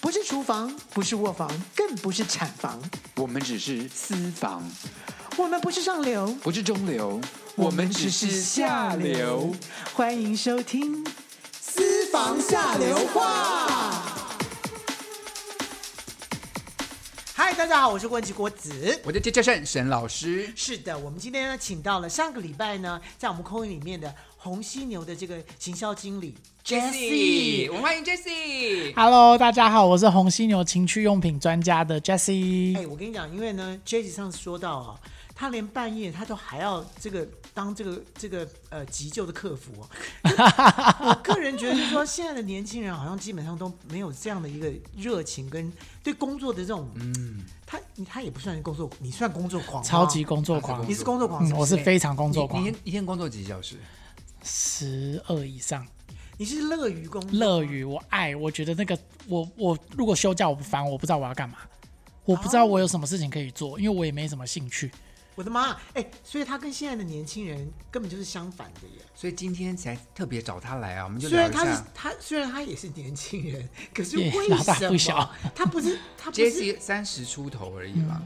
不是厨房，不是卧房，更不是产房，我们只是私房，我们不是上流，不是中流，我们只是下流。。欢迎收听《私房下流话。嗨，大家好，我是郭吉郭子。我的接接胜沈老师，是的，我们今天呢，请到了上个礼拜呢，在我们空运里面的红犀牛的这个行销经理 Jessie，我们欢迎 Jessie。 Hello，大家好，我是红犀牛情趣用品专家的 Jessie。哎、我跟你讲，因为呢 j e s s 上次说到哦，他连半夜他都还要这个当这个这个呃急救的客服、哦。 我个人觉得就是说，现在的年轻人好像基本上都没有这样的一个热情跟对工作的这种，嗯，他他也不算是工作，你算工作狂吗，哦超级工作狂你，是工作狂嗯是，不我是是非常工你作你一狂天，一天工作几小时？十二以上，你是乐于工作，乐于我爱，我觉得那个我我如果休假我不烦，我不知道我要干嘛，我不知道我有什么事情可以做，因为我也没什么兴趣。我的妈！哎、所以他跟现在的年轻人根本就是相反的耶。所以今天才特别找他来啊，我们就虽聊然一他是下。他，虽然他也是年轻人，可是也为老大什不小么他不是他不是 Jessie 三十出头而已嘛，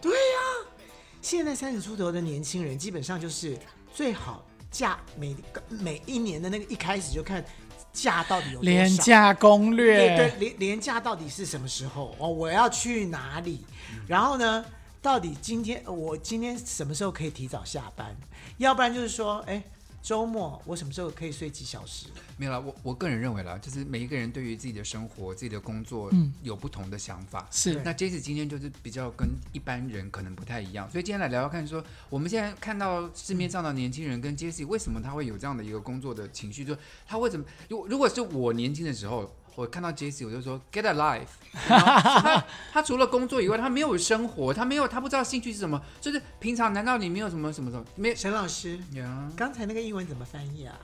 现在三十出头的年轻人，基本上就是最好嫁每每一年的那个一开始就看嫁到底有多少廉价攻对略对，，廉廉价到底是什么时候？哦，我要去哪里？然后呢，到底今天呃我今天什么时候可以提早下班？要不然就是说，哎，周末我什么时候可以睡几小时？没有啦，我我个人认为啦，就是每一个人对于自己的生活、自己的工作有不同的想法。是那 Jessie 今天就是比较跟一般人可能不太一样，所以今天来聊聊看说我们现在看到市面上的年轻人跟 Jessie 为什么他会有这样的一个工作的情绪，就是他为什么？如如果是我年轻的时候。我看到 Jessie，我就说 Get a life 然后他。他除了工作以外，他没有生活，他没有，他不知道兴趣是什么。就是平常，难道你没有什么什么什么？ 没沈老师，呀刚才那个英文怎么翻译啊？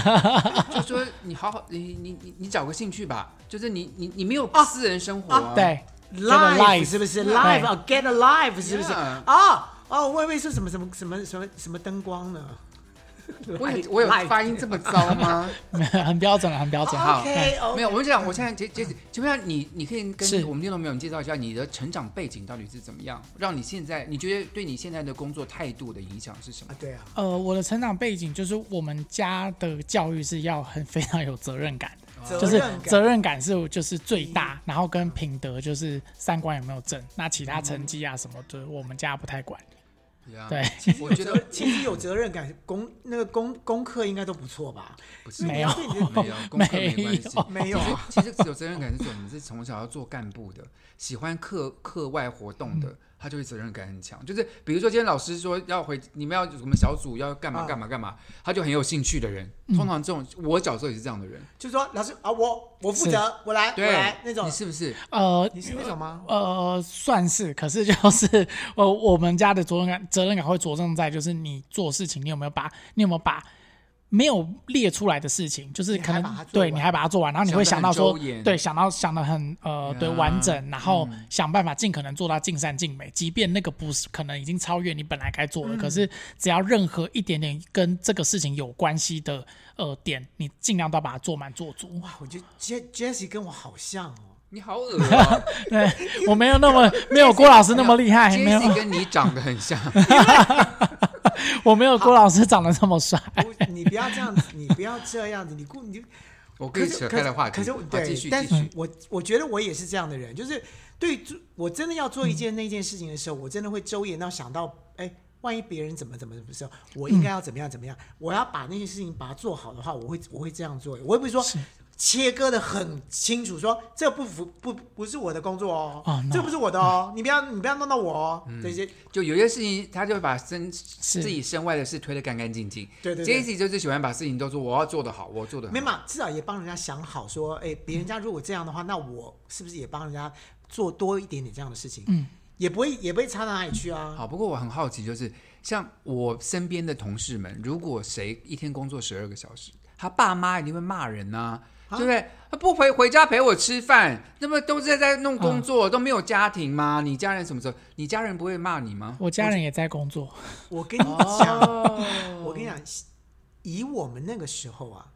就说你好好，你你你你找个兴趣吧，就是你你你没有啊私人生活、啊对， live, a life 是不是对 live 啊？Get alive 是不是？ Yeah 哦哦，我以为是什么什么什么什么什么灯光呢？我有我有 Live 发音这么糟吗？很标准了，很标准。好 OK，没有，我就想，我现在杰杰，请问一下你，你可以跟是我们听众朋友介绍一下你的成长背景到底是怎么样，让你现在你觉得对你现在的工作态度的影响是什么啊？，对啊，呃，我的成长背景就是我们家的教育是要很非常有责任感，啊就是责任感嗯是就是最大，然后跟品德就是三观有没有正，那其他成绩啊什么的，我们家不太管。对，啊我觉责得 其实有责任感，功那个功功课应该都不错吧？不是因为你没有要对你的没有功课没关系，没有其实其实有责任感是什么？你是从小要做干部的，喜欢课课外活动的，他就会责任感很强。就是比如说今天老师说要回，你们要我们小组要干嘛啊干嘛干嘛，他就很有兴趣的人。通常这种我小时候也是这样的人，就说老师啊，我我负责，我来我对来，那种你，是不是？呃你是那种吗？呃，算是，可是就是 呃，我们家的责任感责任感会着重在就是你做事情，你有没有把你有没有把。没有列出来的事情，就是你还可能把它做对完你还把它做完，然后你会想想得到很周说延，对，想到想的很呃，对呀完整，然后想办法尽可能做到尽善尽美，即便那个不是可能已经超越你本来该嗯做的，可是只要任何一点点跟这个事情有关系的呃点，你尽量都要把它做满做足。 哇，我觉得 J Jessie 跟我好像 哦，你好恶啊！ 对我没有那么没有郭老师那么厉害，没有 Jessie 跟你长得 很像，我没有郭老师长得这么帅。不你不要这样子，你不要这样子，你顾你我可可以是扯可开是了话题，可是好对，继续但嗯继是续。我我觉得我也是这样的人，就是对做，我真的要做嗯一件那件事情的时候，我真的会周延到想到，哎，万一别人怎么怎么怎么时候，我嗯应该要怎么样怎么样，我要把那些事情把它做好的话，我会我会这样做，我也不会说。切割的很清楚，说这不符不不是我的工作哦哦，no 这不是我的嗯哦，你不要你不要弄到我哦，这些就有些事情，他就会把身是自己身外的事推得干干净净。对对对 Jessie 就是喜欢把事情都说我要做得好，我做得好没。嘛，至少也帮人家想好说，哎、别人家如果这样的话，那我是不是也帮人家做多一点点这样的事情？嗯，也不会也不会差到哪里去啊。好，不过我很好奇，就是像我身边的同事们，如果谁一天工作十二个小时，他爸妈一定会骂人呐、啊对不对？他不回回家陪我吃饭，那么都是在弄工啊作，都没有家庭吗？你家人什么时候？你家人不会骂你吗？我家人也在工作，我跟你讲，哦我跟你讲，以我们那个时候啊，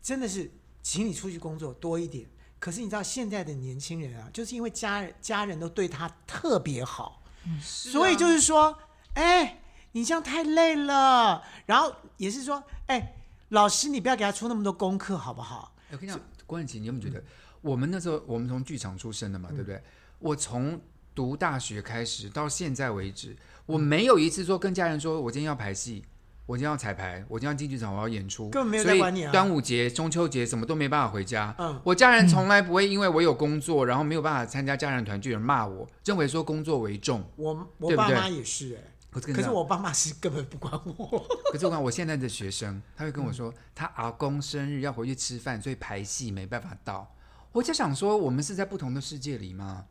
真的是，请你出去工作多一点，可是你知道现在的年轻人啊，就是因为家家人都对他特别好，啊所以就是啊说，哎、你这样太累了。然后也是说，哎、老师你不要给他出那么多功课好不好？哎我跟你讲，关键你有没有觉嗯得，我们那时候我们从剧场出身的嘛，对不对？我从读大学开始到现在为嗯止，我没有一次说跟家人说我今天要排戏。我今天要彩排，我今天要进剧场，我要演出，根本没有所在以管你啊端午节、中秋节什么都没办法回家。嗯我家人从来不会因为我有工作，然后没有办法参加家人团聚而骂我，认为说工作为重。我我对不爸对妈也是哎、可是跟你可是讲我爸妈是根本不管我， 可是我看我现在的学生，他会跟我说，嗯他阿公生日要回去吃饭，所以排戏没办法到。我就想说，我们是在不同的世界里吗？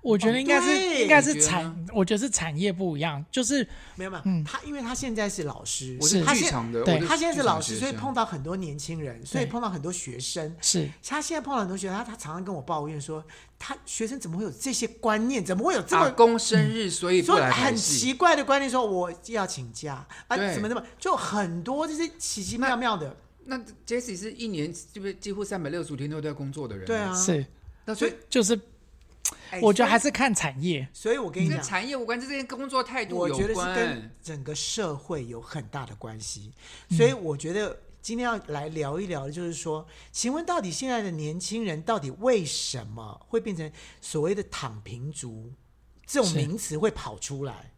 我觉得应该哦对是应该是你觉得产，我觉得是产业不一样，就是没有没有，嗯他因为他现在是老师，我是他剧现场的，对我是他现在是剧场老师，学所以生碰到很多年轻人，所以对碰到很多学生。是他现在碰到很多学生，他他常常跟我抱怨说，他学生怎么会有这些观念，怎么会有这阿么公生日，所以不说啊来排很戏。奇怪的观念，说我要请假啊，对怎么怎么，就很多就是奇奇妙妙的。那 Jesse 是一年是不是几乎三百六十五天都在工作的人？对，啊，是，那所以就是哎我觉得还所是看产业以，所以我跟这你跟讲，产业无关，这跟工作态度我有觉得是跟关。整个社会有很大的关系，所以我觉得今天要来聊一聊，就是说，请问到底现在的年轻人到底为什么会变成所谓的“躺平族”这种是名词会跑出来？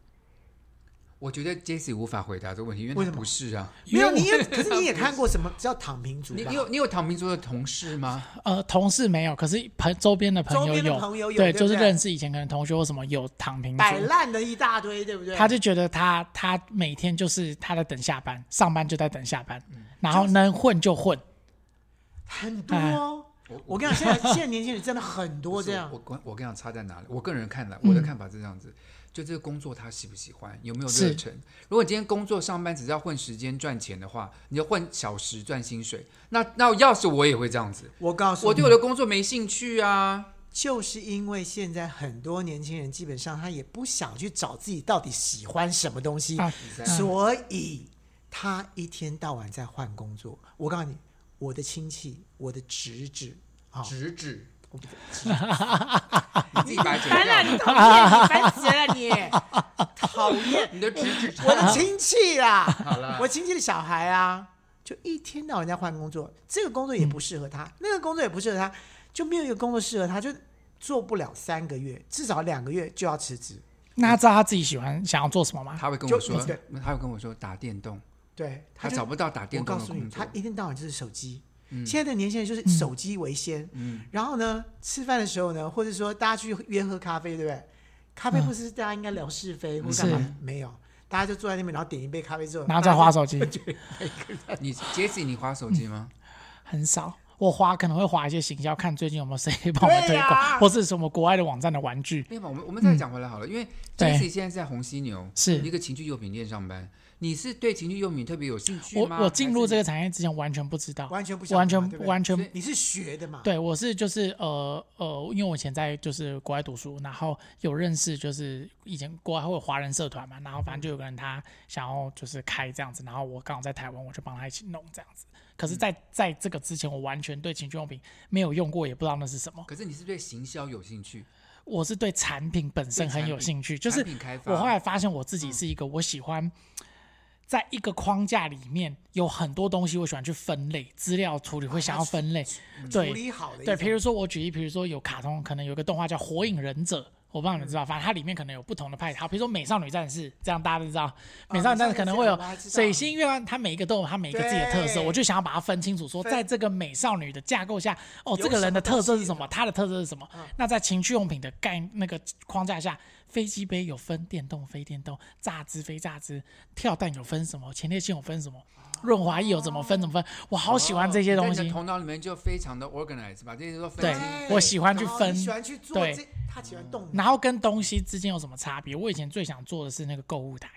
我觉得 Jesse 无法回答这个问题，因为为什他么不是啊。没有，因为你也可是你也看过什么叫“躺平族”你吧你？有你有躺平族的同事吗？呃，同事没有，可是朋周边的朋周友边的有，朋友有，对，不就是认识以前可能同学或什么有躺平摆族，烂的一大堆，对不对？他就觉得他他每天就是他在等下班，上班就在等下班，嗯然后能混就混，很多哦。我跟你讲，现在现在年轻人真的很多这样我。我我跟你讲差在哪里？我个人看来，我的看法是这样子：就这个工作他喜不喜欢，有没有热是忱。如果你今天工作上班只是要混时间赚钱的话，你就混小时赚薪水。那那要是我也会这样子，我告诉你，我对我的工作没兴趣啊。就是因为现在很多年轻人基本上他也不想去找自己到底喜欢什么东西，啊所以他一天到晚在换工作。我告诉你，我的亲戚，我的侄子，啊、直指我不知道你自己把它剪烦了，掉。你讨厌，你烦死了你，讨厌你的直指，我的亲戚啦， 好了，我亲戚的小孩啊，就一天到晚在换工作，这个工作也不适合他，嗯那个工作也不适合他，就没有一个工作适合他，就做不了三个月，至少两个月就要辞职。那他知道他自己喜欢想要做什么吗？他会跟我说就对，他会跟我说打电动，对，他就找不到打电我动告的诉你工，他作。一天到晚就是手机。嗯现在的年轻人就是手机为先，然后呢，吃饭的时候呢，或者说大家去约喝咖啡，对不对？咖啡不嗯是大家应该聊是非或干嘛？没有，大家就坐在那边，然后点一杯咖啡之后，然后再大划家手机，你 Jesse，你划手机吗？很少。我划可能会划一些行销，看最近有没有 谁帮我们推对广，呀或是什么国外的网站的玩具。没有吧，我们我们再讲回来好了，因为嗯对 Jesse 现在是在红犀牛是一个情趣用品店上班，你是对情趣用品特别有兴趣我吗？我进入这个个产业之前完全不知道，完全不想完全嘛对不对完全所以你是学的嘛？对，我是就是呃呃，因为我以前在就是国外读书，然后有认识就是以前国外会有华人社团嘛，然后反正就有个人他想要就是开这样子，然后我刚好在台湾，我就帮他一起弄这样子。嗯可是在，在这个之前，我完全对情趣用品没有用过，也不知道那是什么。可是你是对行销有兴趣，我是对产品本身对很产有品兴趣，就产是品开发。嗯我后来发现我自己是一个我喜欢在一个框架里面有很多东西，我喜欢去分类资料处理，会想啊要分类。对处理好的一对，种。比如说我举例，比如说有卡通，可能有个动画叫《火影忍者》，我不知道你们知嗯道，反正它里面可能有不同的派。好，比如说美少女战士，这样大家都知道，美少女战士可能会有美少女战士我还知道水星、月亮，它每一个都有它每一个自己的特色。对我就想要把它分清楚，说分在这个美少女的架构下，哦，有这个人的特色是什么，她的特色是什么嗯？那在情趣用品的概那个框架下，飞机杯有分电动、非电动，榨汁、非榨汁，跳蛋有分什么，前列腺有分什么，润滑液有怎么分怎么分，我好喜欢这些东在哦你西的。头脑里面就非常的 organize，把这些都分对清哦哎我喜欢去 然后分你喜欢去做对这，他喜欢动脑然后跟东西之间有什么差别？我以前最想做的是那个购物台，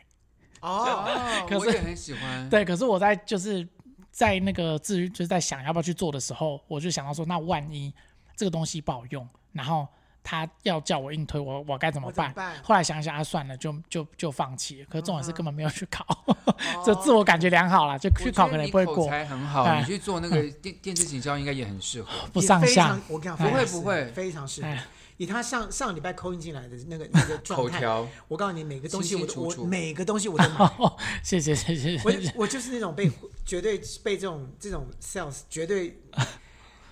哦，哦，可是我也很喜欢。对。可是我在就是在那个至于就是在想要不要去做的时候，我就想到说，那万一这个东西不好用，然后他要叫我硬推我，我该怎么我怎么办？办？后来想想啊，算了，就就就放弃了。可是重点是嗯哼根本没有去考，哦就 自我感觉良好啦，就去我考觉得可能也你不会口过，才很好，哎你去做那个电电视行销应该也很适合。不也上非下常。我跟你讲，不非常会适不合会非常适合哎。以他上上礼拜扣印进来的那个那 个状 口态，条，我告诉你，每个东西清我清都我楚楚每个东西我都 买。谢谢谢谢我谢就谢。我就是那种被 绝对被这种这种 sales 绝对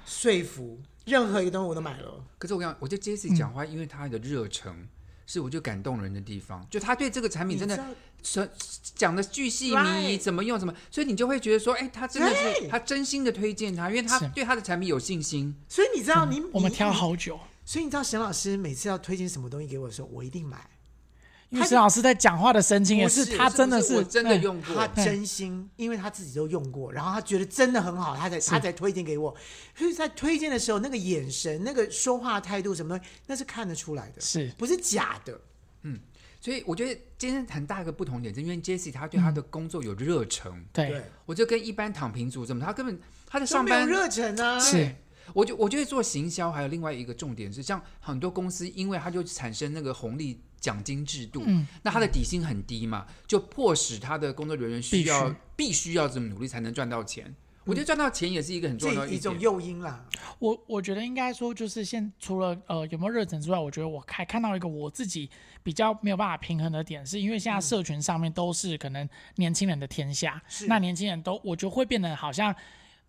说服，任何一个东西我都买了。可是我跟你讲，我觉得嗯 Jesse 讲话，因为他的热诚。是我就感动人的地方，就他对这个产品真的你知道是讲的巨细靡遗， Right 怎么用怎么，所以你就会觉得说，哎、他真的是对他真心的推荐他，因为他是对他的产品有信心。所以你知道你我们挑，你好久，所以你知道沈老师每次要推荐什么东西给我的时候，我一定买。因为沈老师在讲话的神情也不是他真的不是我真的哎用过，他真心，因为他自己都用过，然后他觉得真的很好，他才他才推荐给我。所以在推荐的时候，那个眼神、那个说话态度什么东西，那是看得出来的，是不是假的？所以我觉得今天很大一个不同点是，因为 Jesse 他对他的工作有热忱，对，我就跟一般躺平族怎么，他根本他在都上没有班，热忱啊，是我就我觉得做行销还有另外一个重点是，像很多公司因为它就产生那个红利奖金制度，嗯那他的底薪很低嘛，就迫使他的工作人员需要必须必须要这么努力才能赚到钱。我觉得赚到钱也是一个很重嗯这要的一一种点。诱因啦。我我觉得应该说就是现除了呃有没有热忱之外，我觉得我还看到一个我自己比较没有办法平衡的点，是因为现在社群上面都是可能年轻人的天下，是那年轻人都我觉得会变得好像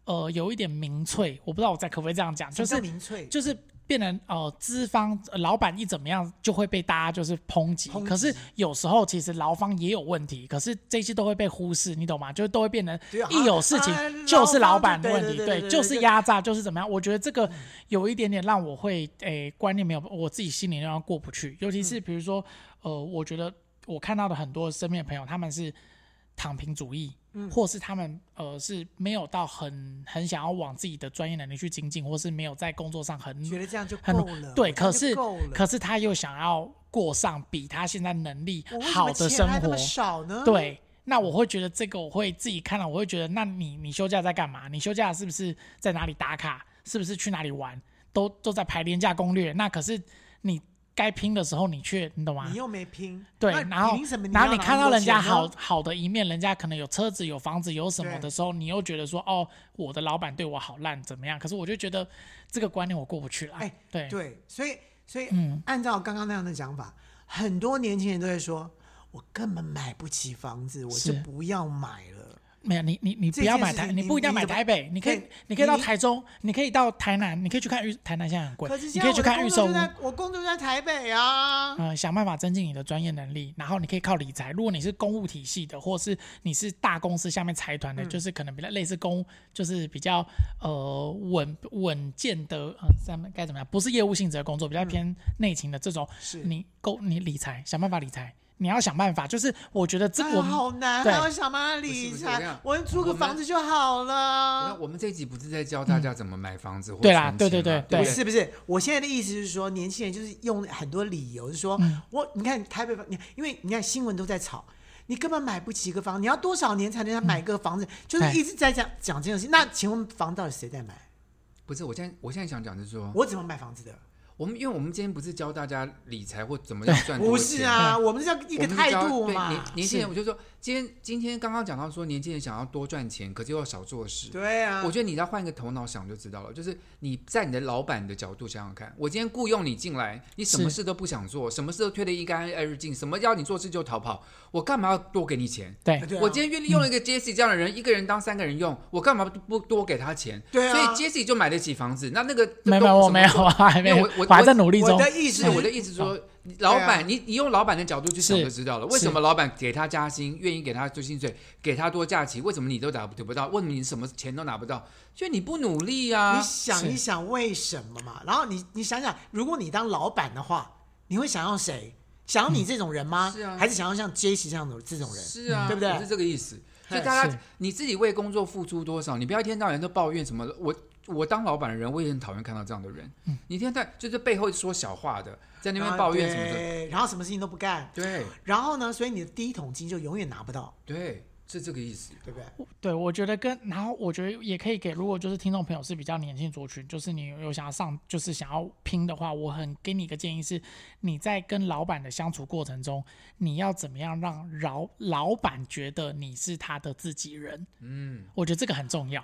呃有一点民粹，我不知道我在可不可以这样讲，就什么是叫民粹，就是变成哦，资方、呃老板一怎么样，就会被大家就是抨击。抨击可是有时候其实劳方也有问题，可是这些都会被忽视，你懂吗？就是都会变成对啊一有事情啊就是老劳板方的就问题，对对对对对嗯就是压榨，就是怎么样？我觉得这个有一点点让我会诶、观念没有，我自己心里那样过不去。尤其嗯是比如说，呃，我觉得我看到的很多身边的朋友，他们是躺平主义，嗯或是他们呃是没有到很很想要往自己的专业能力去精进，或是没有在工作上很觉得这样就很够了。对，这样可就是够了。可是他又想要过上比他现在能力我为什么好的钱生还那活么，少呢？，对。那我会觉得这个，我会自己看了，我会觉得，那你你休假在干嘛？你休假是不是在哪里打卡？是不是去哪里玩？都都在排廉价攻略。那可是你该拼的时候，你却你懂吗？你又没拼，对，那然后凭什么然后你你要拿看那么到多人家钱呢好，好的一面，人家可能有车子、有房子、有什么对的时候，你又觉得说哦，我的老板对我好烂，怎么样？可是我就觉得这个观念我过不去了。哎对，对，所以所以嗯，按照刚刚那样的讲法，很多年轻人都会说，我根本买不起房子，我是就不要买了。没有你你你这不要件买事台，情你你不一定要你买怎么台北，你可以对你可以到你台中，你可以到台南，你可以去看预台南现在很贵可是，你现可在以我去的看预工售作屋就。在，我工作就在台北啊。呃，想办法增进你的专业能力，然后你可以靠理财。如果你是公务体系的，或是你是大公司下面财团的，嗯就是可能比较类似公，就是比较呃稳稳健的，呃，咱们该怎么样？不是业务性质的工作，比较偏内勤的这种，嗯是你够你理财，想办法理财，你要想办法。就是我觉得这哎我呀，们、好难，还对要想办法不是理不是我跟财你讲。我租我个们房子就好那了。我们这一集不是在嗯教大家怎么买房子或对啦存对钱对嘛对不不是不是，我现在的意思是说，年轻人就是用很多理由，是说、我你看台北房，你因为你看新闻都在炒，你根本买不起一个房，你要多少年才能买一个房子，就是哎一直在讲讲这件事情。那请问房到底谁在买？不是，我现在我现在想讲的是说，我怎么买房子的？我们因为我们今天不是教大家理财或怎么样赚多不钱是啊，我们是要一个我们态教度对嘛年。年轻人，是，我就说，今天今天刚刚讲到说，年轻人想要多赚钱，可是又要少做事。对啊，我觉得你要换一个头脑想就知道了，就是你在你的老板的角度想想看，我今天雇佣你进来，你什么是事都不想做，什么事都推得一干二净，什么要你做事就逃跑，我干嘛要多给你钱？对嗯啊对啊我今天愿意用了一个 Jesse 这样的人，一个人当三个人用，我干嘛不多给他钱？对啊所以 Jesse 就买得起房子。那那个没有没有我没有，我还没因为有，我我还在努力我中。的意思是我的意思说，老板，你你用老板的角度去想啊是就知道了，是为什么老板给他加薪，愿意给他多薪水，给他多假期，为什么你都拿得不到？为什么你什么钱都拿不到？就你不努力你啊！想一想为什么嘛，然后你你想想，如果你当老板的话，你会想要谁？想要你这种人吗？是啊还是想要像 Jesse 这样的这种人？是啊，对不对我是这个意思。嗨所以大哎是家你自己为工作付出多少，你不要一天到晚都抱怨什么。我我当老板的人，我也很讨厌看到这样的人。嗯你一天在就是背后说小话的，在那啊啊边抱怨什么的。对然后什么事情都不干，对然后呢，所以你的第一桶金就永远拿不到。对，是这个意思。对不对？对，我觉得跟然后我觉得也可以给，如果就是听众朋友是比较年轻族群，就是你有想要上，就是想要拼的话，我很给你一个建议是，你在跟老板的相处过程中，你要怎么样让老老板觉得你是他的自己人？嗯，我觉得这个很重要，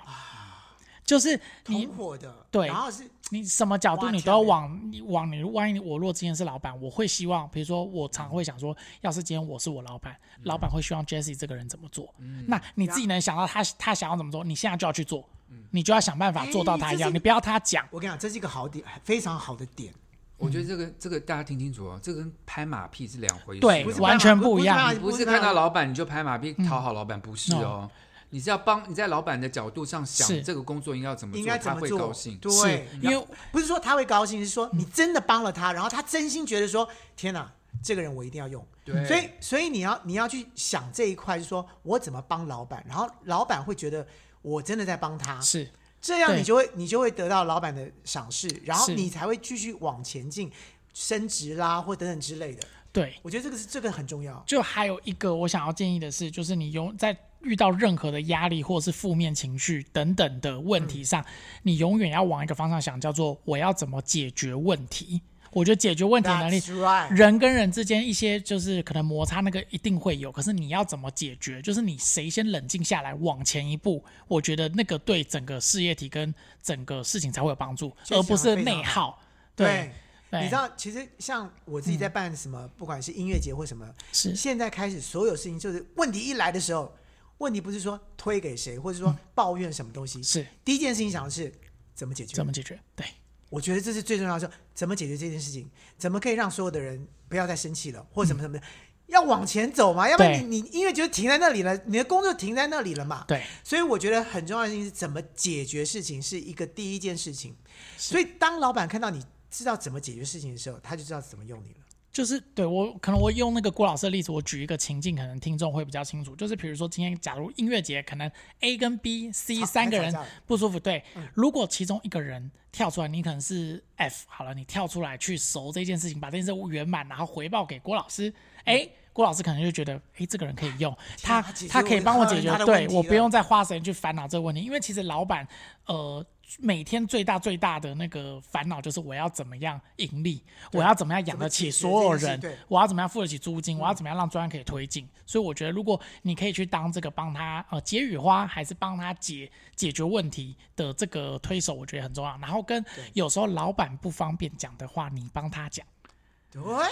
就是你同伙的，对然后是你什么角度挖你墙都要欸往你往你，万一我若之前是老板，我会希望，比如说我常会想说，要是今天我是我老板，老板会希望 Jesse 这个人怎么做？那你自己能想到他他想要怎么做，你现在就要去做，你就要想办法做到哎他这一样，是你不要他讲。我跟你讲，这是一个好点，非常好的点，我觉得这个这个大家听清楚哦，这跟拍马屁是两回事哦。对不是完办法全不不一样办法不是看到老板你就拍马屁讨好老板，不是哦。你是要帮你在老板的角度上想是这个工作应该要怎么应做，该怎他么会做？高兴。对，是因为嗯不是说他会高兴，是说你真的帮了他，然后他真心觉得说，天哪，这个人我一定要用。对所以所以你要你要去想这一块，就是说我怎么帮老板，然后老板会觉得我真的在帮他，是这样你对就会你就会得到老板的赏识，然后是你才会继续往前进，升职啦或等等之类的。对，我觉得这个是这个很重要。就还有一个我想要建议的是，就是你永在遇到任何的压力或是负面情绪等等的问题上，你永远要往一个方向想，叫做我要怎么解决问题。我觉得解决问题的能力 That's right，人跟人之间一些就是可能摩擦，那个一定会有。可是你要怎么解决？就是你谁先冷静下来，往前一步，我觉得那个对整个事业体跟整个事情才会有帮助，这而不是想得非常内耗。对对，。嗯你知道，其实像我自己在办什么，不管是音乐节或什么，是现在开始所有事情就是问题一来的时候，问题不是说推给谁，或者嗯说抱怨什么东西，是第一件事情想的是怎么解决怎。么解决？对，我觉得这是最重要的，说怎么解决这件事情，怎么可以让所有的人不要再生气了，或什么什么的，要往前走嘛，要不然对你你因为就停在那里了，你的工作停在那里了嘛。对，所以我觉得很重要的事情是怎么解决事情是一个第一件事情。所以当老板看到你知道怎么解决事情的时候，他就知道怎么用你了。就是对我可能我用那个郭老师的例子，我举一个情境，可能听众会比较清楚。就是比如说今天假如音乐节，可能 A 跟 B、C 吵三个人吵架了嗯不舒服，对，如果其中一个人跳出来，你可能是 F，好了，你跳出来去熟这件事情，把这件事圆满，然后回报给郭老嗯师，哎。郭老师可能就觉得，哎，这个人可以用，啊他他解决他可以帮我解决我的他，的对问题我了不用再花时间去烦恼这个问题，因为其实老板，呃，每天最大最大的那个烦恼就是我要怎么样盈利，我要怎么样养怎么得起解决所有这件事人对，嗯我要怎么样付得起租金，我要怎么样让专案可以推进。所以我觉得，如果你可以去当这个帮他呃解语花，还是帮他解解决问题的这个推手，我觉得很重要。然后跟有时候老板不方便讲的话，你帮他讲， 对。哎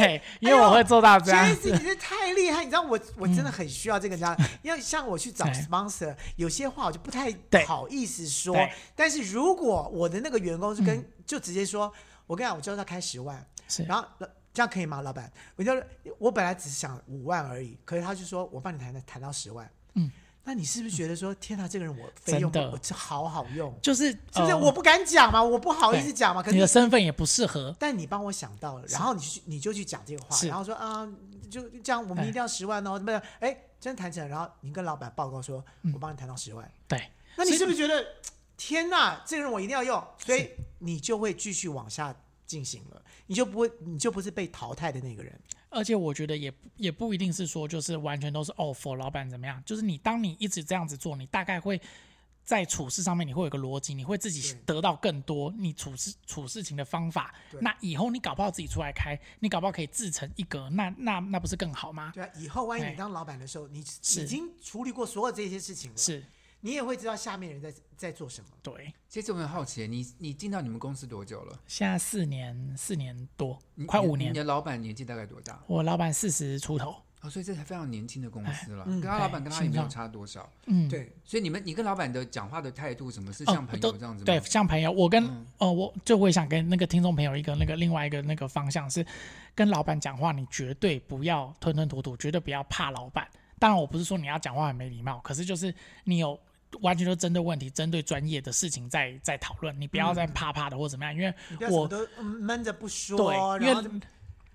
对，因为我会做 到这样 Jesse，子你。这太厉害！你知道我，我真的很需要这个，你知道， 因为像我去找对 sponsor，有些话我就不太对好意思说对。嗯但是如果我的那个员工是跟、就直接说，我跟你讲，我就是要开十万，是然后老这样可以吗，老板？我就我本来只是想五万而已，可是他就说我帮你谈谈谈到十万，嗯，那你是不是觉得说，天哪，这个人我非用真的我这好好用，就是是不是？呃我不敢讲嘛，我不好意思对讲嘛，可你是的身份也不适合，但你帮我想到了，然后你去你就去讲这个话，是然后说啊，就就这样，我们哎一定要十万哦，怎么样？哎，真谈成了，然后你跟老板报告说，我帮你谈到十万，对，那你嗯所以是不是觉得天哪，这个人我一定要用，所以你就会继续往下进行了，你就不会，你就不是被淘汰的那个人，而且我觉得也不也不一定是说就是完全都是哦，for 老板怎么样？就是你当你一直这样子做，你大概会在处事上面你会有个逻辑，你会自己对得到更多你处事处事情的方法对。那以后你搞不好自己出来开，你搞不好可以自成一格，那那那不是更好吗？对啊，以后万一哎你当老板的时候，你是已经处理过所有这些事情了，是，你也会知道下面人在在做什么。对。其实我很好奇，你你进到你们公司多久了？现在四年四年多你，快你五你年。的老板年纪大概多大？我老板四十出头，哦，所以这才非常年轻的公司了。嗯跟他老板对跟他也没有新创差多少，嗯，对，所以你们你跟老板的讲话的态度，什么是哦像朋都友这样子吗？对，像朋友，我跟、嗯呃，我就我也想跟那个听众朋友一个那个另外一个那个方向是，跟老板讲话，你绝对不要吞吞吐吐，绝对不要怕老板。当然，我不是说你要讲话很没礼貌，可是就是你有完全都针对问题、针对专业的事情在在讨论，你不要嗯再怕怕的或怎么样，因为你不要什么我都嗯闷着不说，对，然因后就为嗯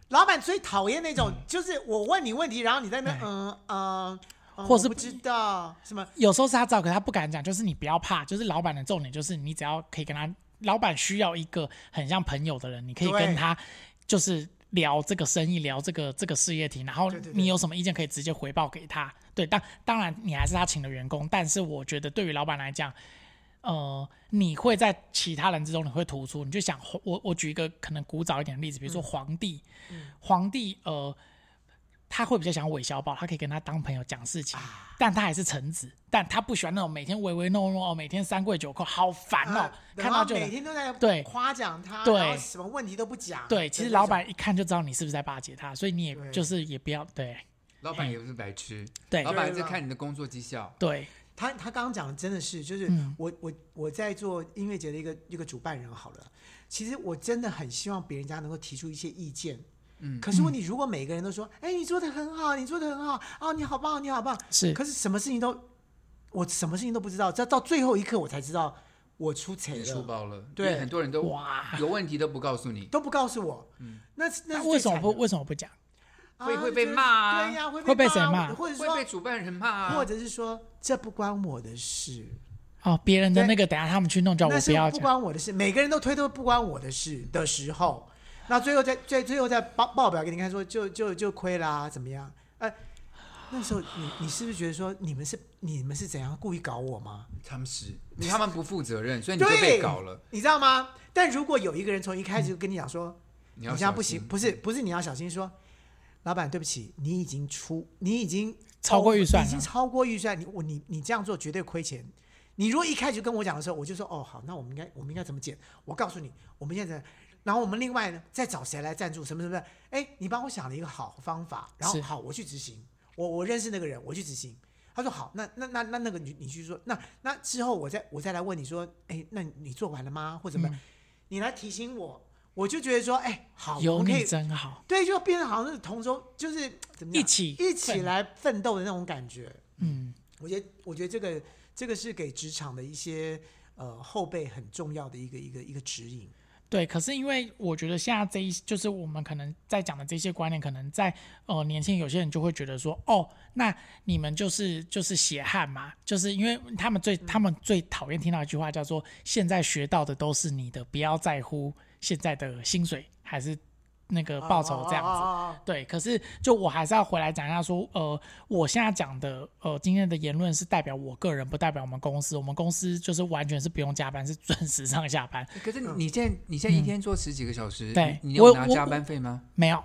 老板最讨厌那种，就是我问你问题，然后你在那边对嗯嗯，嗯或是我不知道什么，有时候是他知道，可他不敢讲，就是你不要怕，就是老板的重点就是你只要可以跟他，老板需要一个很像朋友的人，你可以对跟他就是聊这个生意，聊这个这个事业体，然后对对对你有什么意见可以直接回报给他。对，当当然你还是他请的员工，但是我觉得对于老板来讲，呃，你会在其他人之中你会突出。你就想我我举一个可能古早一点的例子，比如嗯说皇帝，皇帝呃。他会比较想韦小宝，他可以跟他当朋友讲事情，啊但他还是臣子，但他不喜欢那种每天唯唯诺诺，每天三跪九叩，好烦哦、啊然看后到就每天都在对夸奖他，对然后什么问题都不讲。对，其实那老种板一看就知道你是不是在巴结他，所以你也对就是也不要对老板也不是白痴，对老板对是啦看你的工作绩效。对，他他刚刚讲的真的是，就是嗯我、我我在做音乐节的一个一个主办人好了，其实我真的很希望别人家能够提出一些意见。嗯可是问题，如果每个人都说，哎、你做的很好，你做的很好，哦，你好棒，你好棒，是可是什么事情都，我什么事情都不知道，直到最后一刻我才知道我出彩也出了，包了，对因为很多人都哇，有问题都不告诉你，都不告诉我。那那那是为最什么惨不的为什么不讲？啊会会被就是骂啊对呀、会会被谁骂啊骂或者会说被主办人骂或啊。者是说这不关我的事，哦，别人的那个等下他们去弄，叫那我是要不讲。关我的事，每个人都推脱不关我的事的时候，那最后再最最后再报报表给你看说就就就亏啦、怎么样？呃，那时候你你是不是觉得说你们是你们是怎样故意搞我吗？他们是，他们不负责任，所以你就对，被搞了。，你知道吗？但如果有一个人从一开始就跟你讲说，你要这样小不心行，不是不是你要小心说。老板，对不起，你已经出，你已经超过预算了已经超过预算。你我你你这样做绝对亏钱。你如果一开始就跟我讲的时候，我就说哦好，那我们应该我们应该怎么减？我告诉你，我们现在，然后我们另外呢再找谁来赞助什么什么的。哎，你帮我想了一个好方法，然后是好我去执行。我我认识那个人，我去执行。他说好，那那那那那个你你去说，那那之后我再我再来问你说，哎，那你做完了吗？或怎么样？你来提醒我，我就觉得说，哎，好，我有们可你以真好，对，就变得好像是同舟，就是怎么讲一起一起奋来奋斗的那种感觉。嗯，我觉得，我觉得这个这个是给职场的一些呃后辈很重要的一个一个一个指引。对。可是因为我觉得现在这一就是我们可能在讲的这些观念，可能在呃年轻有些人就会觉得说，哦，那你们就是就是血汗嘛，就是因为他们最他们最讨厌听到一句话叫做现在学到的都是你的，不要在乎现在的薪水还是那个报酬这样子。子，对，可是就我还是要回来讲一下说，呃，我现在讲的呃今天的言论是代表我个人，不代表我们公司。我们公司就是完全是不用加班，是准时上下班，可是嗯你现在你现在一天做十几个小时，对你你我有拿我加班费吗？没有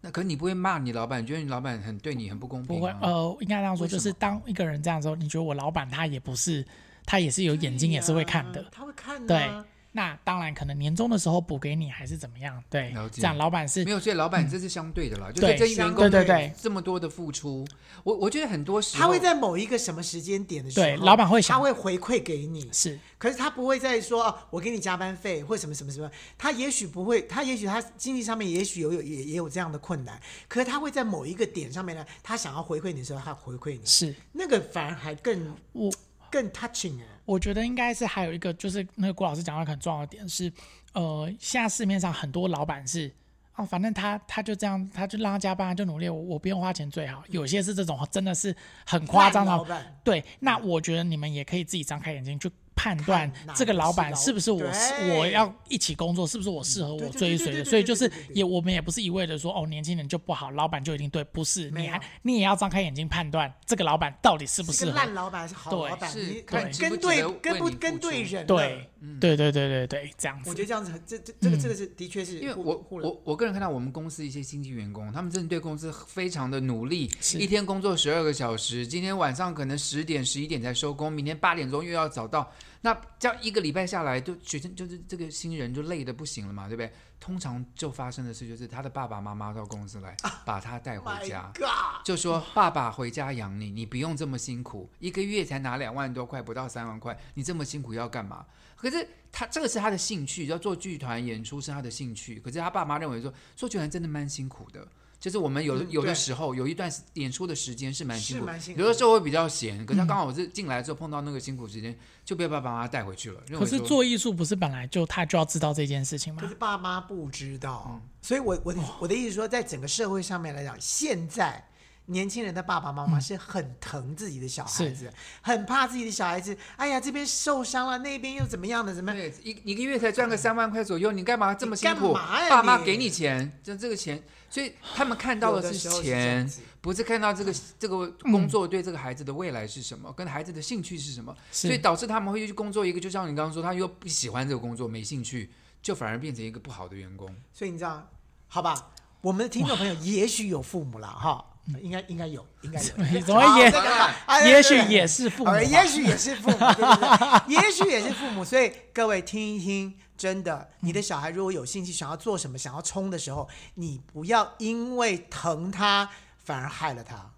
那可你不会骂你老板，觉得你老板很对你很不公不平会吗？呃，应该这样说，啊为什就是么当一个人这样的时候，你觉得我老板他也不是，他也是有眼睛，也是会看的对呀。他会看的、对，嗯那当然可能年终的时候补给你还是怎么样，对，了这解样老板是嗯没有，所以老板这是相对的啦，就是对这一员相工对对对这么多的付出，我我觉得很多时候他会在某一个什么时间点的时候，对老板会想他会回馈给你，是可是他不会再说、啊、我给你加班费或什么什么什么，他也许不会，他也许他经济上面也许有有也也有这样的困难，可是他会在某一个点上面呢，他想要回馈你的时候，他回馈你，是，那个反而还更我更 touching 哎、我觉得应该是还有一个，就是那个郭老师讲到一个很重要的点是，呃，现在市面上很多老板是，哦，反正他他就这样，他就让他加班，他就努力，我我不用花钱最好。有些是这种真的是很夸张烂老的，板，对。那我觉得你们也可以自己张开眼睛去判断嗯看哪这个个老是板老是不是我是对嗯我要一起工作，是不是我适合我对对追对随对的。对所以对就是对对对也我们也不是一味的说哦，年轻人就不好，老板就一定对，不是，没你有还你也要张开眼睛判断这个老板到底适不是适个合烂老板还是好对老板？是你看跟值不跟值得对为跟不你付跟对出人了对，嗯对对对对对，这样嗯我子觉。得这样子很，这这这个这个是的确是因为互我互了我我个人看到我们公司一些新进员工，他们真的对公司非常的努力，是一天工作十二个小时，今天晚上可能十点十一点才收工，明天八点钟又要早到，那这样一个礼拜下来，就学生就是这个新人就累得不行了嘛，对不对？通常就发生的事就是他的爸爸妈妈到公司来把他带回啊 Oh My 家。 God，就说爸爸回家养你，你不用这么辛苦，一个月才拿两万多块，不到三万块，你这么辛苦要干嘛？可是他这个是他的兴趣，要做剧团演出是他的兴趣。可是他爸妈认为说做剧团真的蛮辛苦的，就是我们有、嗯有的对时候有一段时演出的时间是蛮辛是苦，蛮辛苦有的的时候会比较闲。可是他刚好是进来之后碰到那个辛苦时间，就被爸爸妈妈带回去了。认可为是说做艺术不是本来就他就要知道这件事情吗可？是爸嗯妈不知道，所以我我的我的意思说，在整个社会上面来讲，现在年轻人的爸爸妈嗯妈是很疼自己的小孩子，很怕自己的小孩子。哎呀，这边受伤了，那边又怎么样的？怎么样？对，一一个月才赚个三万块左右，你干嘛这么辛你苦？干嘛呀爸妈你给你钱，就这个钱，所以他们看到有的时是候这样钱，子嗯不是看到这个这个工作对这个孩子的未来是什么，跟孩子的兴趣是什么，所以是导致他们会去工作。一个就像你刚刚说，他又不喜欢这个工作，没兴趣，就反而变成一个不好的员工。所以你知道，好吧，我们的听众朋友也许有父母了哈，应该应该有，应该有。 怎么也好这个好哎对也许对对也是父母吧呃，，也许也是父母，对对对也许也是父母。所以各位听一听，真的，你嗯的小孩如果有兴趣想要做什么、想要冲的时候，你不要因为疼他反而害了他。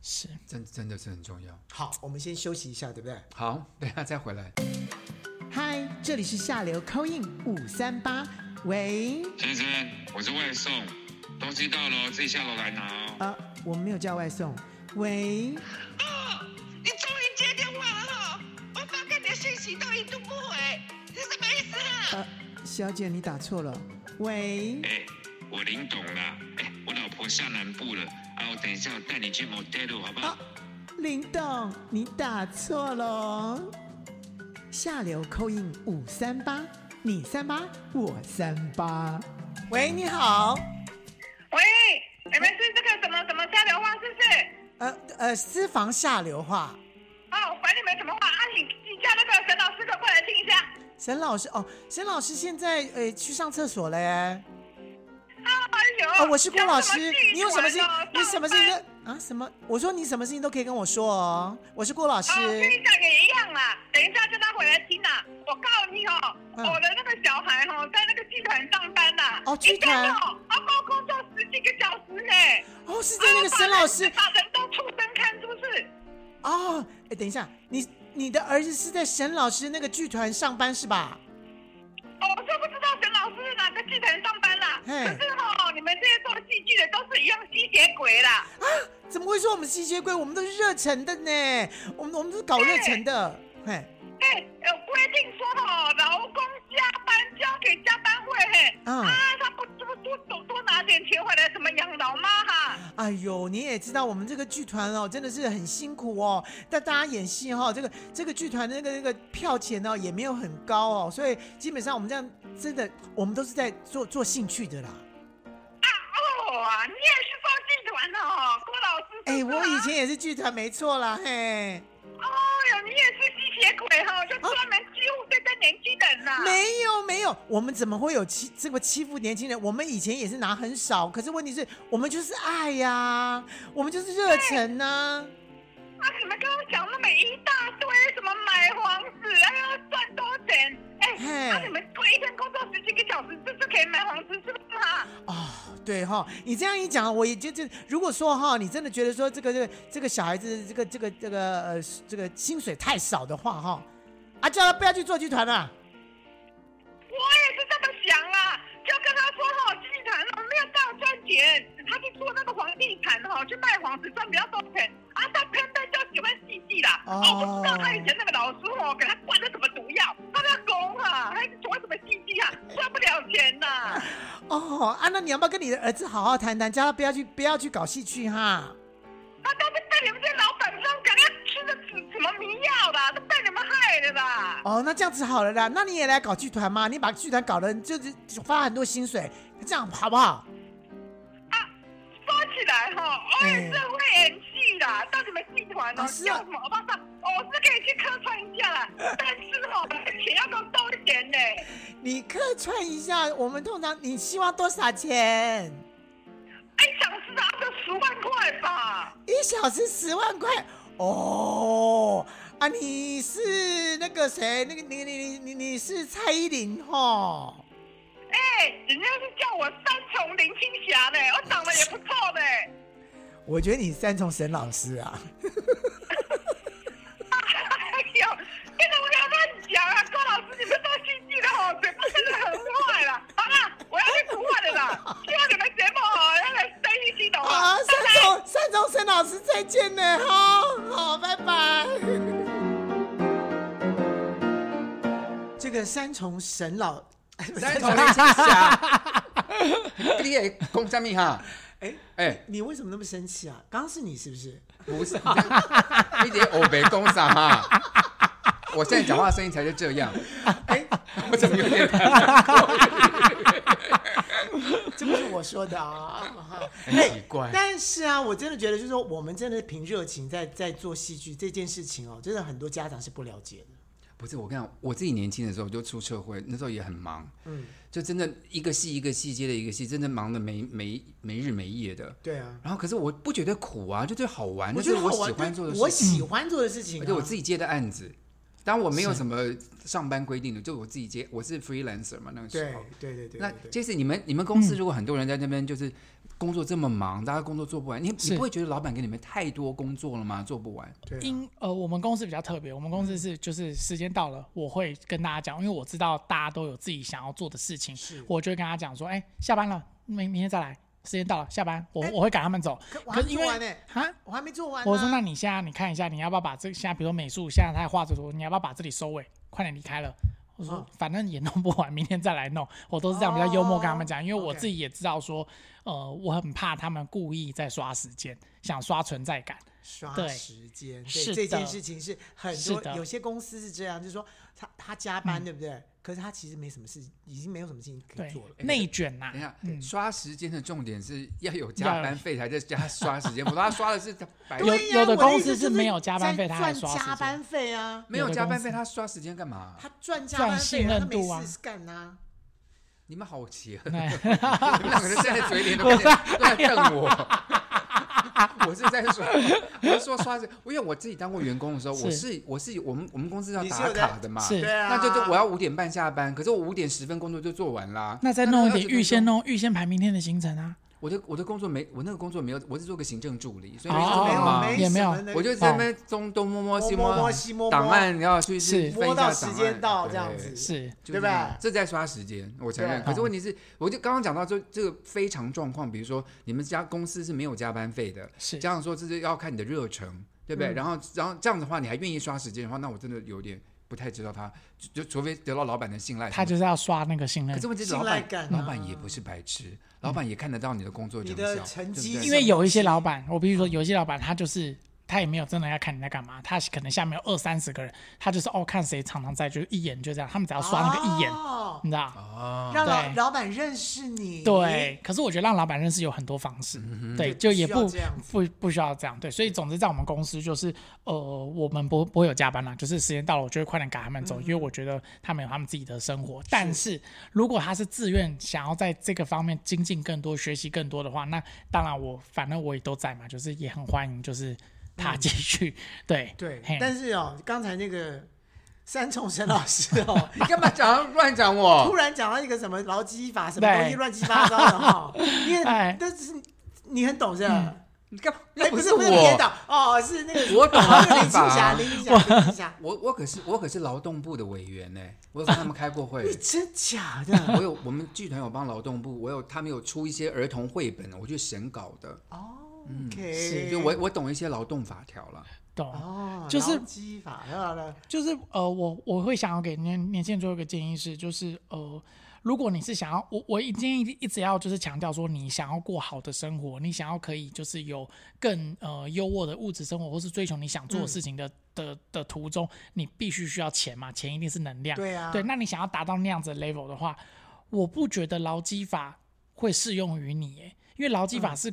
是真真的是很重要。好，我们先休息一下，对不对？好，等一下再 回来。嗨，这里是下流 c o i n 五三八，喂，先生，我是外送，东西到了哦自己下楼来拿哦。呃，我们没有叫外送，喂，哦，你终于接电话了哈、我发给你的信息都一度不回，你什么意思啊？呃，小姐你打错了，喂哎、我林董啦，哎、我老婆下南部了，啊，我等一下我带你去 motel 好不好？啊，林董，你打错了哦。下流扣印五三八，你三八，我三八。喂，你好，喂，你们是这个什么什么交流话是不是？呃呃，私房下流话，哦，我管你们什么话啊！你你叫那个沈老师可过来听一下。沈老师哦，沈老师现在呃去上厕所了耶。哎呦，哦，我是郭老讲师什么剧，你有什么事情团哦？你什么事情上班都啊？什么？我说你什么事情都可以跟我说哦。我是郭老师。哦，跟你讲也一样啦。等一下叫他回来听啦。我告诉你哦，嗯我的那个小孩哦，在那个剧团上班呐。哦剧团一天哦，阿包工作十几个小时呢。哦，是在那个沈老师啊把人当畜生看，是不是？哦。哎，等一下，你你的儿子是在沈老师那个剧团上班是吧？哦我就不知道沈老师是哪个剧团上班啦。嘿可是哦，你们这些做戏剧的都是一样吸血鬼啦。怎么会说我们吸血鬼？我们都是热忱的呢，我们我们都是搞热忱的。嘿，嘿，有规定说哦，劳工加班交给加班费嘿。嗯啊，他不多多多多拿点钱回来，怎么养老妈哈？哎呦，你也知道我们这个剧团哦，真的是很辛苦哦。但大家演戏哈、哦，这个这个剧团的那个那个票钱呢、也没有很高哦，所以基本上我们这样真的，我们都是在做做兴趣的啦。哦啊，你也是做剧团的哦，郭老师。哎、是不是啊我以前也是剧团，没错啦，嘿，哦哟，你也是吸血鬼哈、哦，就专门欺负这个年轻人呐、没有没有，我们怎么会有欺这么欺负年轻人？我们以前也是拿很少，可是问题是我们就是爱呀、我们就是热忱呐、啊，你们跟我讲那么一大堆，什么买房子，然后要赚多钱，哎、嘿那、你们做一天工作十几个小时，这就可以买房子，是不是啊？哦，对哈、你这样一讲，我也就就如果说哈、你真的觉得说这个这个这个小孩子这个这个这个呃这个薪水太少的话哈、啊叫他不要去做剧团啊啦、我也是这么想啊，就跟他说哦，剧团哦没有大赚钱，他去做那个房地产哦，去卖房子赚比较多钱，啊，他偏偏就喜欢戏剧啦。哦我不知道他以前那个老师哦，给他灌了什么毒药，他那功啊，他喜欢什么戏剧啊，赚不了钱呐、哦，啊那你要不要跟你的儿子好好谈谈，叫他不要去不要去搞戏剧哈？他都是被你们这些老板不知道赶快吃的什么迷药啦，都被你们害的啦。哦，那这样子好了啦，那你也来搞剧团嘛，你把剧团搞得就是发很多薪水，这样好不好？啊说起来哈，我也是会演戏啦，到你们剧团啊哦，哎是啊叫什么欧巴桑，我是可以去客串一下啦，但是哦， 钱要多收一点呢。哎你客串一下，我们通常你希望多少钱？哎，想是拿个十万块吧。一小时十万块哦。啊，你是那个谁？那个你你你你你是蔡依林哈？哎，人家是叫我三重林青霞呢，我长得也不错呢。我觉得你三重沈老师啊。哎呦，真的不要乱讲啊！高老师，你们做戏剧的哦，嘴巴真的很坏了。好了，我要去煮饭的啦。希望你们节目哦，要来生意系统啊，哦。三重三重沈老师再见呢，好好，拜拜。这个三重沈老，哎 三重林青霞，你也攻下面哈，哎，哎，你为什么那么生气啊？刚刚是你是不是？不 是，你得欧北公啥嘛？我现在讲话声音才是这样，哎，我怎么有点这不是我说的啊。 很奇怪？但是啊，我真的觉得，就是说，我们真的凭热情在在做戏剧这件事情哦，真的很多家长是不了解的。不是，我跟你讲，我自己年轻的时候我就出社会，那时候也很忙，嗯，就真的一个戏一个戏接的一个戏，真的忙的没没没日没夜的。对啊，然后可是我不觉得苦啊，就觉得好玩，我那觉是得好喜玩欢做的我事情，喜欢做的事情、啊，而且我自己接的案子。当然我没有是什么上班规定的，就我自己接，我是 freelancer 嘛，那个时对候。对对对，那对 Jason，你们你们公司如果很多人在那边就是工作这么忙，大家工作做不完，你你是不会觉得老板给你们太多工作了吗？做不完，对对啊嗯因呃，我们公司比较特别，我们公司是就是时间到了，我会跟大家讲，因为我知道大家都有自己想要做的事情是，我就会跟他讲说，哎、下班了，明明天再来，时间到了，下班，我、哎我会赶他们走。可我还可没是因做为完呢、哈，我还没做完、啊。我说那你现在你看一下，你要不要把这现在比如说美术现在他在画这图，你要不要把这里收尾，快点离开了。我说哦反正也弄不完，明天再来弄。我都是这样比较幽默跟他们讲，因为我 OK 自己也知道说，呃，我很怕他们故意在刷时间，想刷存在感。刷对时间，对是的这件事情是很多是的嗯有些公司是这样，就是说他他加班，对不对？可是他其实没什么事，已经没有什么事情可以对做了。，哎内卷呐、等一下，嗯， 刷时间的重点是要有要加有班费才在加刷时间，我说他刷的是白有对呀有的我意公思司就是没有加班费在他还赚刷时加间班费啊，没有加班有的费，公司他刷时间干嘛？他赚加班费，赚信然后任他没度啊事干呐、你们好奇啊！哎你们两个人现在嘴脸都在都在瞪我。我是在说，我是说刷着，因为我自己当过员工的时候，是我是我是我们我们公司要你是打有在卡的嘛，是对啊，那就就我要五点半下班，可是我五点十分工作就做完啦。那再弄一那点20预先弄预先排明天的行程啊。我的我的工作没我那个工作没有，我是做个行政助理，所以哦没就没什么有、忙哦没也没有什么那个我就在那边东东摸摸摸西摸摸西摸摸档案你要去是分摸到一下档时案间到对这样子是对就是吧这样这在刷时间，我承认。对可是问题是，我就刚刚讲到就这个非常状况，比如说你们家公司是没有加班费的，是这样说这是要看你的热忱，嗯对不对？然后然后这样的话，你还愿意刷时间的话，那我真的有点不太知道他，就就除非得到老板的信赖。他就是要刷那个信可任是，问题是信老赖板，感啊老板也不是白痴，老板也看得到你的工作你成的效，成对不绩对是因为有一些老板，我必须说，有一些老板他就是他也没有真的要看你在干嘛，他可能下面有二三十个人，他就是哦看谁常常在，就是一眼就这样，他们只要刷那个一眼，哦你知道。哦，让老对老板认识你。对，可是我觉得让老板认识有很多方式，对，就不就需也要不这样子不不需要这样，对，所以总之在我们公司就是，呃，我们不不会有加班啦，就是时间到了，我就会快点赶他们走，嗯因为我觉得他们有他们自己的生活。但是如果他是自愿想要在这个方面精进更多、学习更多的话，那当然我反正我也都在嘛，就是也很欢迎，就是他继续、对嗯对嘿，但是哦，刚才那个三重沈老师哦，你干嘛讲乱讲 我？突然讲到一个什么劳基法什么对东西乱七八糟的哈，因为哎但是你很懂是吧？你干嘛？哎，不不是不是我跌，倒哦，是那个我懂哦了那个林青霞，吧林青霞，林青霞， 我我可是我可是劳动部的委员呢、我有跟他们开过会你。真假的？我有 我们剧团有帮劳动部，我有他们有出一些儿童绘本，我去审稿的，哦嗯是，OK，就我我懂一些劳动法条了。懂。哦，就是劳基法，好了，就是呃，我我会想要给年年轻人做一个建议是，就是呃，如果你是想要，我我一建议一直要就是强调说，你想要过好的生活，你想要可以就是有更呃优渥的物质生活，或是追求你想做的事情的、的的途中，你必须需要钱嘛，钱一定是能量。对啊对，那你想要达到那样子的 level 的话，我不觉得劳基法会适用于你耶，因为劳基法是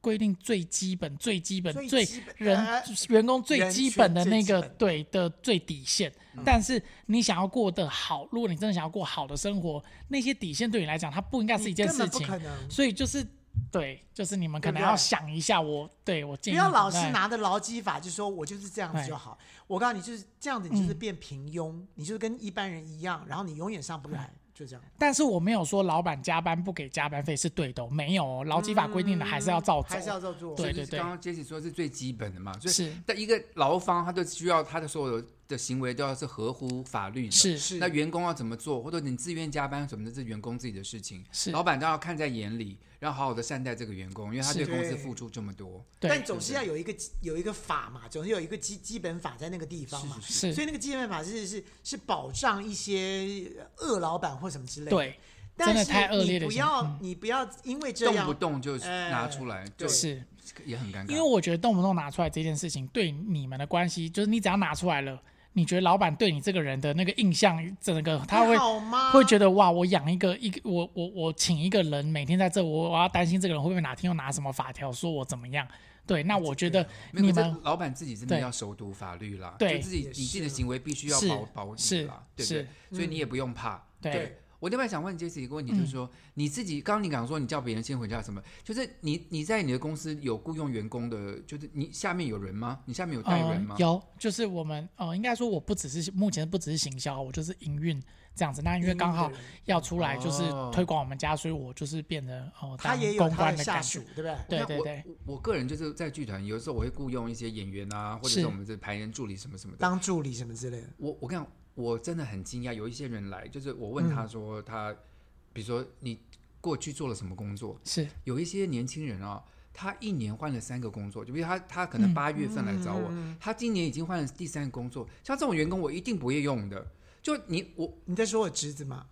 规定最基本、最基本、嗯最最基本人、呃员工最人基权本的最那基个本嗯对的最底线。但是你想要过得好，如果你真的想要过好的生活，那些底线对你来讲，它不应该是一件你根本事不情可。能所以就是对，就是你们对可不能对要想一下我，对我不建议要你老们是拿着劳基法就说我就是这样子就好。我告诉你，就是这样子，你就是嗯变平庸，你就是跟一般人一样，然后你永远上不来，嗯就这样。但是我没有说老板加班不给加班费是对的哦，没有哦，劳基法规定的还是要照走，嗯还是要照做。对就是刚刚 Jesse 说是最基本的嘛，所以是但一个劳方他就需要他的所有的行为都要是合乎法律的。是是那员工要怎么做，或者你自愿加班什么的，这是员工自己的事情。是老板当然要看在眼里，然后好好的善待这个员工，因为他是对公司对付出这么多。对但总是要有一个有一个法嘛，总是有一个基基本法在那个地方嘛。是所以那个基本法是是是保障一些恶老板或什么之类的。对，但真的是太恶你劣的不行要嗯你不要因为这动不样，动就哎拿出来，就是是也很尴尬。因为我觉得动不动拿出来这件事情，对你们的关系，就是你只要拿出来了，你觉得老板对你这个人的那个印象，整个他会好啊吗？会觉得哇，我养一个一个我我我请一个人每天在这，我我要担心这个人会不会哪天又拿什么法条说我怎么样？对，那我觉得没你有，可们是老板自己真的对要熟读法律啦，对就自己也你自己是的行为必须要是保保底是啦，对不对是？嗯所以你也不用怕。对嗯我另外想问 Jesse 一个问题，就是说、你自己，刚刚你讲说你叫别人先回家什么，就是你你在你的公司有雇佣员工的，就是你下面有人吗？你下面有带人嗯吗？有，就是我们呃，应该说我不只是目前不只是行销，我就是营运这样子。那因为刚好营运的人要出来就是哦推广我们家，所以我就是变得哦，他当也有公他关的下感觉属，。对不对？对那对我对，我我个人就是在剧团，有的时候我会雇佣一些演员啊，或者是是我们这排练助理什么什么的。当助理什么之类的，我我跟你讲，我真的很惊讶，有一些人来，就是我问嗯他说他，比如说你过去做了什么工作，是有一些年轻人啊、他一年换了三个工作，就比如他他可能嗯八月份来找我，他今年已经换了第三个工作，像这种员工我一定不会用的。就你 我你在说我侄子吗？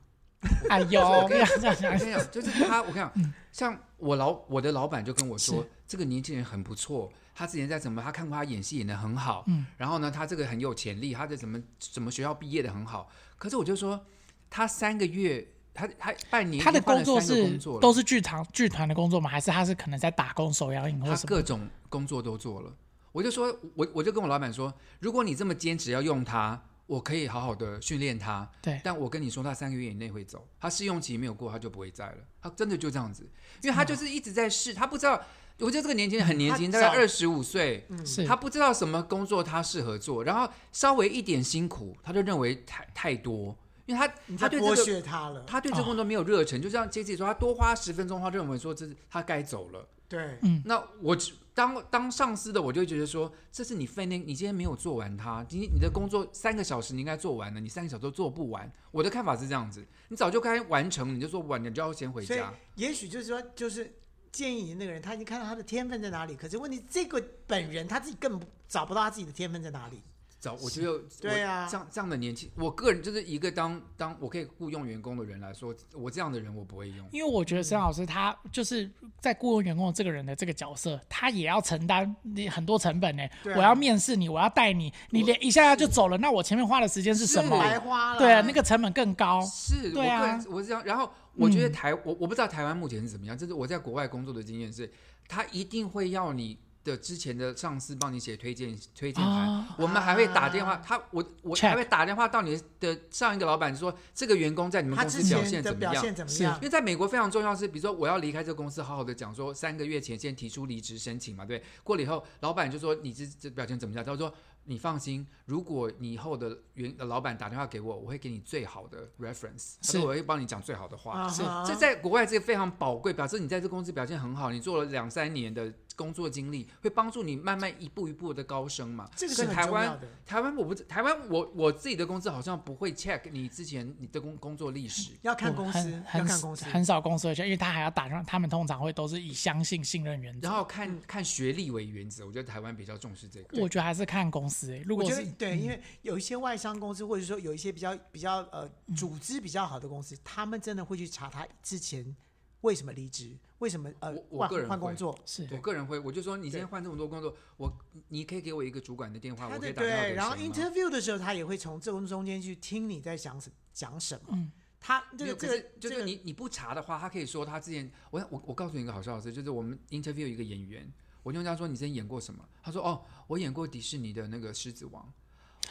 哎呦，不要这样我想跟，你讲，就是他，我跟你讲，像我老我的老板就跟我说嗯是，这个年轻人很不错，他之前在什么，他看过他演戏演的很好，嗯，然后呢，他这个很有潜力，他在什么什么学校毕业的很好，可是我就说，他三个月，他他半年 他的已经换工了作三个是工作了都是剧团剧团的工作吗？还是他是可能在打工手摇饮或他什么？各种工作都做了。我就说，我我就跟我老板说，如果你这么坚持要用他，我可以好好的训练他。对但我跟你说，他三个月以内会走，他试用期没有过，他就不会在了。他真的就这样子，因为他就是一直在试，他不知道。我觉得这个年轻人很年轻，他大早概二十五岁，嗯是他不知道什么工作他适合做，然后稍微一点辛苦，他就认为太太多，因为他你他在对剥这个削他了。他对哦这个工作没有热忱，就像杰西说，他多花十分钟，他认为说这是他该走了。对，那我只当当上司的，我就会觉得说，这是你分内，你今天没有做完它，今天你的工作三个小时你应该做完了，你三个小时都做不完。我的看法是这样子，你早就该完成，你就做不完，你就要先回所以家。也许就是说，就是建议你的那个人，他已经看到他的天分在哪里，可是问题这个本人他自己更找不到他自己的天分在哪里。早，我觉得对啊，啊这样这样的年轻，我个人就是一个当当我可以雇佣员工的人来说，我这样的人我不会用。因为我觉得沈老师他就是在雇佣员工的这个人的这个角色，他也要承担你很多成本呢、对啊我要面试你，我要带你，你连一下下就走了，那我前面花的时间是什么？白花了。对啊，那个成本更高。嗯是，对啊我个人我是这样。然后我觉得台、我我不知道台湾目前是怎么样，就是我在国外工作的经验是，他一定会要你的之前的上司帮你写推荐推荐函，哦我们还会打电话，啊他我我 Check 还会打电话到你的上一个老板说这个员工在你们他公司之表前现的怎么表样现。怎么是样因？为在美国非常重要是，比如说我要离开这个公司，好好的讲说三个月前先提出离职申请嘛，对不对，过了以后，老板就说你这这表现怎么样？他说你放心，如果你以后的员老板打电话给我，我会给你最好的 reference，他是说我会帮你讲最好的话。是啊哈这在国外这个非常宝贵，表示你在这公司表现很好，你做了两三年的工作经历，会帮助你慢慢一步一步的高升嘛。这个是是很台重要湾的，台湾我不知台湾我我自己的公司好像不会 check 你之前你的工工作历史。要看公很司，要很看公司。很少公司会去，因为他还要打电话，他们通常会都是以相信信任原则。嗯然后看看学历为原则，我觉得台湾比较重视这个。我觉得还是看公司、欸，如我果觉得是对，因为嗯有一些外商公司，或者说有一些比较比较呃嗯组织比较好的公司，他们真的会去查他之前为什么离职，为什么呃我我换个人换会工作，是我个人会，我就说你今天换这么多工作，我你可以给我一个主管的电话，他我可以的打电话对，给然后谁吗 interview 的时候，他也会从这种中间去听你在讲什讲什么。他这嗯个没有，这可个是就是你你不查的话，他可以说他之前我我我告诉你一个好笑的事，就是我们 interview 一个演员，我就问他说你之前演过什么？他说哦，我演过迪士尼的那个狮子王。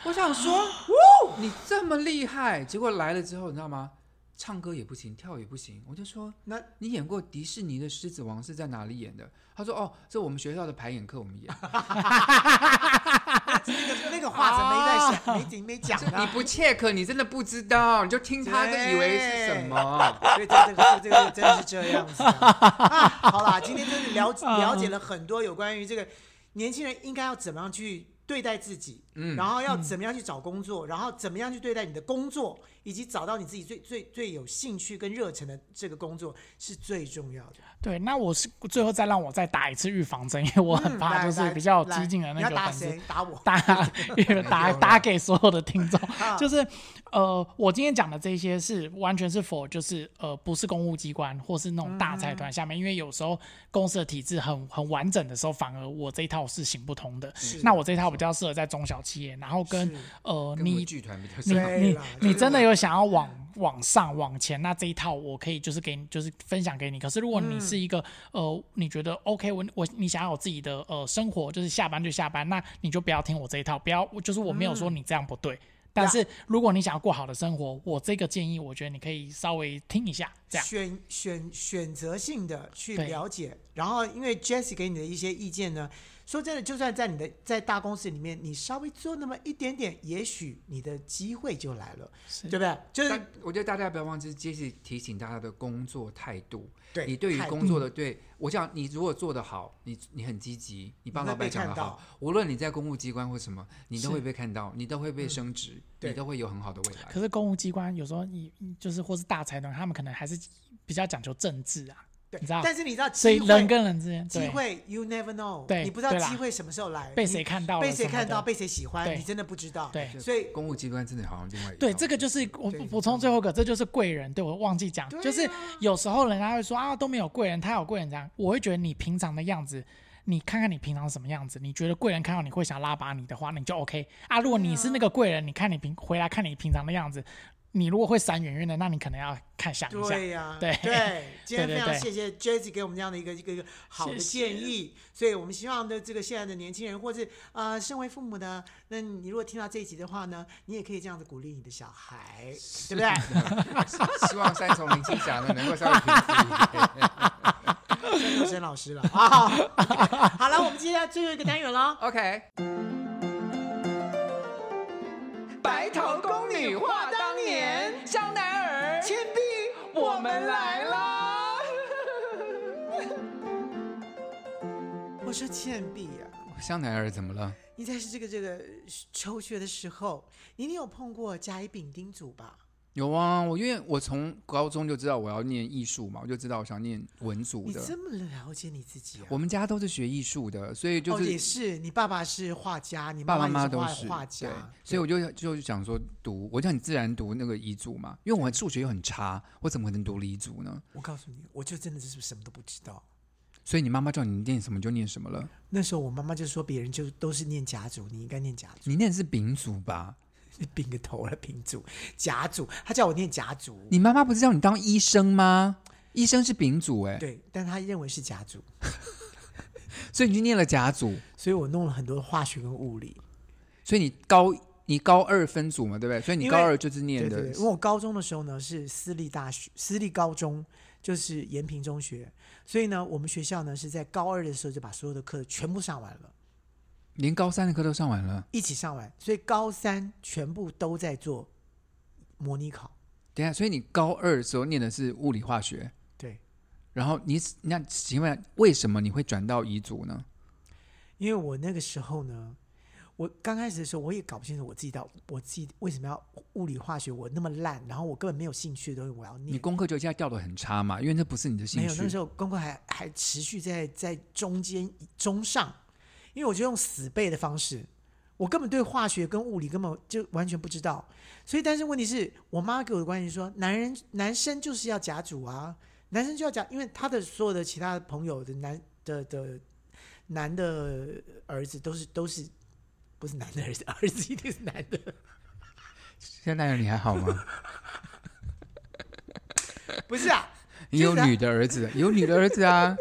我想说，啊哇，哦你这么厉害，结果来了之后，你知道吗？唱歌也不行，跳也不行，我就说，那你演过迪士尼的狮子王是在哪里演的？他说，哦，这我们学校的排演课我们 演。这个那个话怎么没在想，没没没讲啊 你啊？不 check，你真的不知道，你就听他就以为是什么。 所以这这个这个真的是这样子啊！啊好啦，今天 嗯真的了了解了很多有关于这个年轻人应该要怎么样去对待自己，嗯然后要怎么样去找工作，然后怎么样去对待你的工作，以及找到你自己最最最有兴趣跟热忱的这个工作是最重要的。对，那我是最后再让我再打一次预防针，因为我很嗯怕来就是来比较有来激进的你那要个打粉丝谁？打我。打 打打给所有的听众啊，就是呃，我今天讲的这些是完全是否就是呃，不是公务机关或是那种大财嗯团下面，因为有时候公司的体制很很完整的时候，反而我这一套是行不通的。那我这一套比较适合在中小企业，然后跟是呃跟你剧团比较你像。对你啦你就是真的我有想要往往上往前，那这一套我可以就是给你，就是分享给你。可是如果你是一个、嗯呃，你觉得 OK，我我你想要有自己的呃生活，就是下班就下班，那你就不要听我这一套，不要就是我没有嗯说你这样不对。但是如果你想要过好的生活，我这个建议，我觉得你可以稍微听一下，这样选选选择性的去对了解，然后因为 Jesse 给你的一些意见呢，说真的，就算在你的在大公司里面，你稍微做那么一点点，也许你的机会就来了，是对不对？就是但我觉得大家不要忘记，杰西提醒大家的工作态度。对你对于态度工作的对，我想你如果做得好，你你很积极，你帮你会老板被讲得看到好，无论你在公务机关或什么，你都是会被看到，你都会被升职，对你都会有很好的未来。可是公务机关有时候你你就是或是大财团，他们可能还是比较讲究政治啊，对你知道，但是你知道所以机人会，跟人之间机对会 you never know，对你不知道对啦机会什么时候来，被你谁看到了被谁什么看到，的被谁喜欢，对你真的不知道。对所以公务机关真的好像另外一对，套这个就是我对嗯补充最后一个，这就是贵人。对我忘记讲，对啊就是有时候人家会说啊都没有贵人，他有贵人这样，我会觉得你平常的样子。你看看你平常什么样子，你觉得贵人看到你会想拉拔你的话，你就 OK 啊。如果你是那个贵人，你看你平回来看你平常的样子，你如果会闪远远的，那你可能要看想一下。对呀、对 今天非对对常对谢谢 Jazzy 给我们这样的一个一个一个好的谢谢建议，所以我们希望的这个现在的年轻人，或是呃身为父母的，那你如果听到这一集的话呢，你也可以这样子鼓励你的小孩，对 不对？ 希望三重林青霞呢能够稍微平复一点。 周深老师了啊。好了，我们接下来最后一个单元了。 OK，白头宫女话当年，香奈儿、铅笔，我们来啦！我说倩碧呀、香奈儿怎么了？你在这个这个求学的时候，你一定有碰过甲乙丙丁组吧？有啊，我因为我从高中就知道我要念艺术嘛，我就知道我想念文组你这的。么了解你自己啊？我们家都是学艺术的，所以就哦，也是是，你爸爸是画家，你爸爸妈妈也都画是画对家，，所以我就就想说读，我就很自然读那个乙组嘛，因为我数学又很差，我怎么可能读理组呢？我告诉你，我就真的是什么都不知道。所以你妈妈叫你念什么就念什么了，那时候我妈妈就说，别人就都是念甲组，你应该念甲组。 你念的是丙组吧？你丙个头了，丙组、甲组，她叫我念甲组，你妈妈不是叫你当医生吗？医生是丙组哎、对，但她认为是甲组，所以你去念了甲组，所以我弄了很多化学跟物理。所以你高你高二分组嘛，对不对？所以你因高为二就是念对的对对，因为我高中的时候呢是私立大学、私立高中，就是延平中学，所以呢，我们学校呢是在高二的时候就把所有的课全部上完了。连高三的课都上完了。一起上完，所以高三全部都在做模拟考。等一下，所以你高二的时候念的是物理化学，对，然后你那请问为什么你会转到乙组呢？因为我那个时候呢，我刚开始的时候我也搞不清楚我自己到我自己为什么要物理化学我那么烂，然后我根本没有兴趣的东西我要你念。功课就一下掉的很差嘛，因为那不是你的没兴有，那时趣。候功课还还持续在在中间中上，因为我就用死背的方式，我根本对化学跟物理根本就完全不知道。所以，但是问题是我妈给我的观念是说，男人男生就是要甲组啊，男生就要甲，因为他的所有的其他的朋友的男的的男的儿子都是都是不是男的儿子， 儿子一定是男的。现在你还好 吗？不是啊，你有女的儿子，有女的儿 子啊。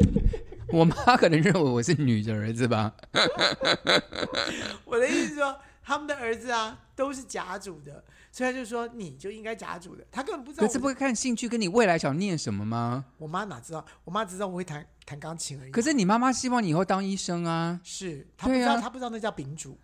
我妈可能认为我是女的儿子吧。我的意思是说，他们的儿子啊都是甲组的，所以他就说你就应该甲组的，他根本不知道可我是不会看兴趣跟你未来想念什么吗？我妈哪知道？我妈只知道我会弹弹钢琴而已。可是你妈妈希望你以后当医生啊。是她不知对道，啊她不知道那叫丙组。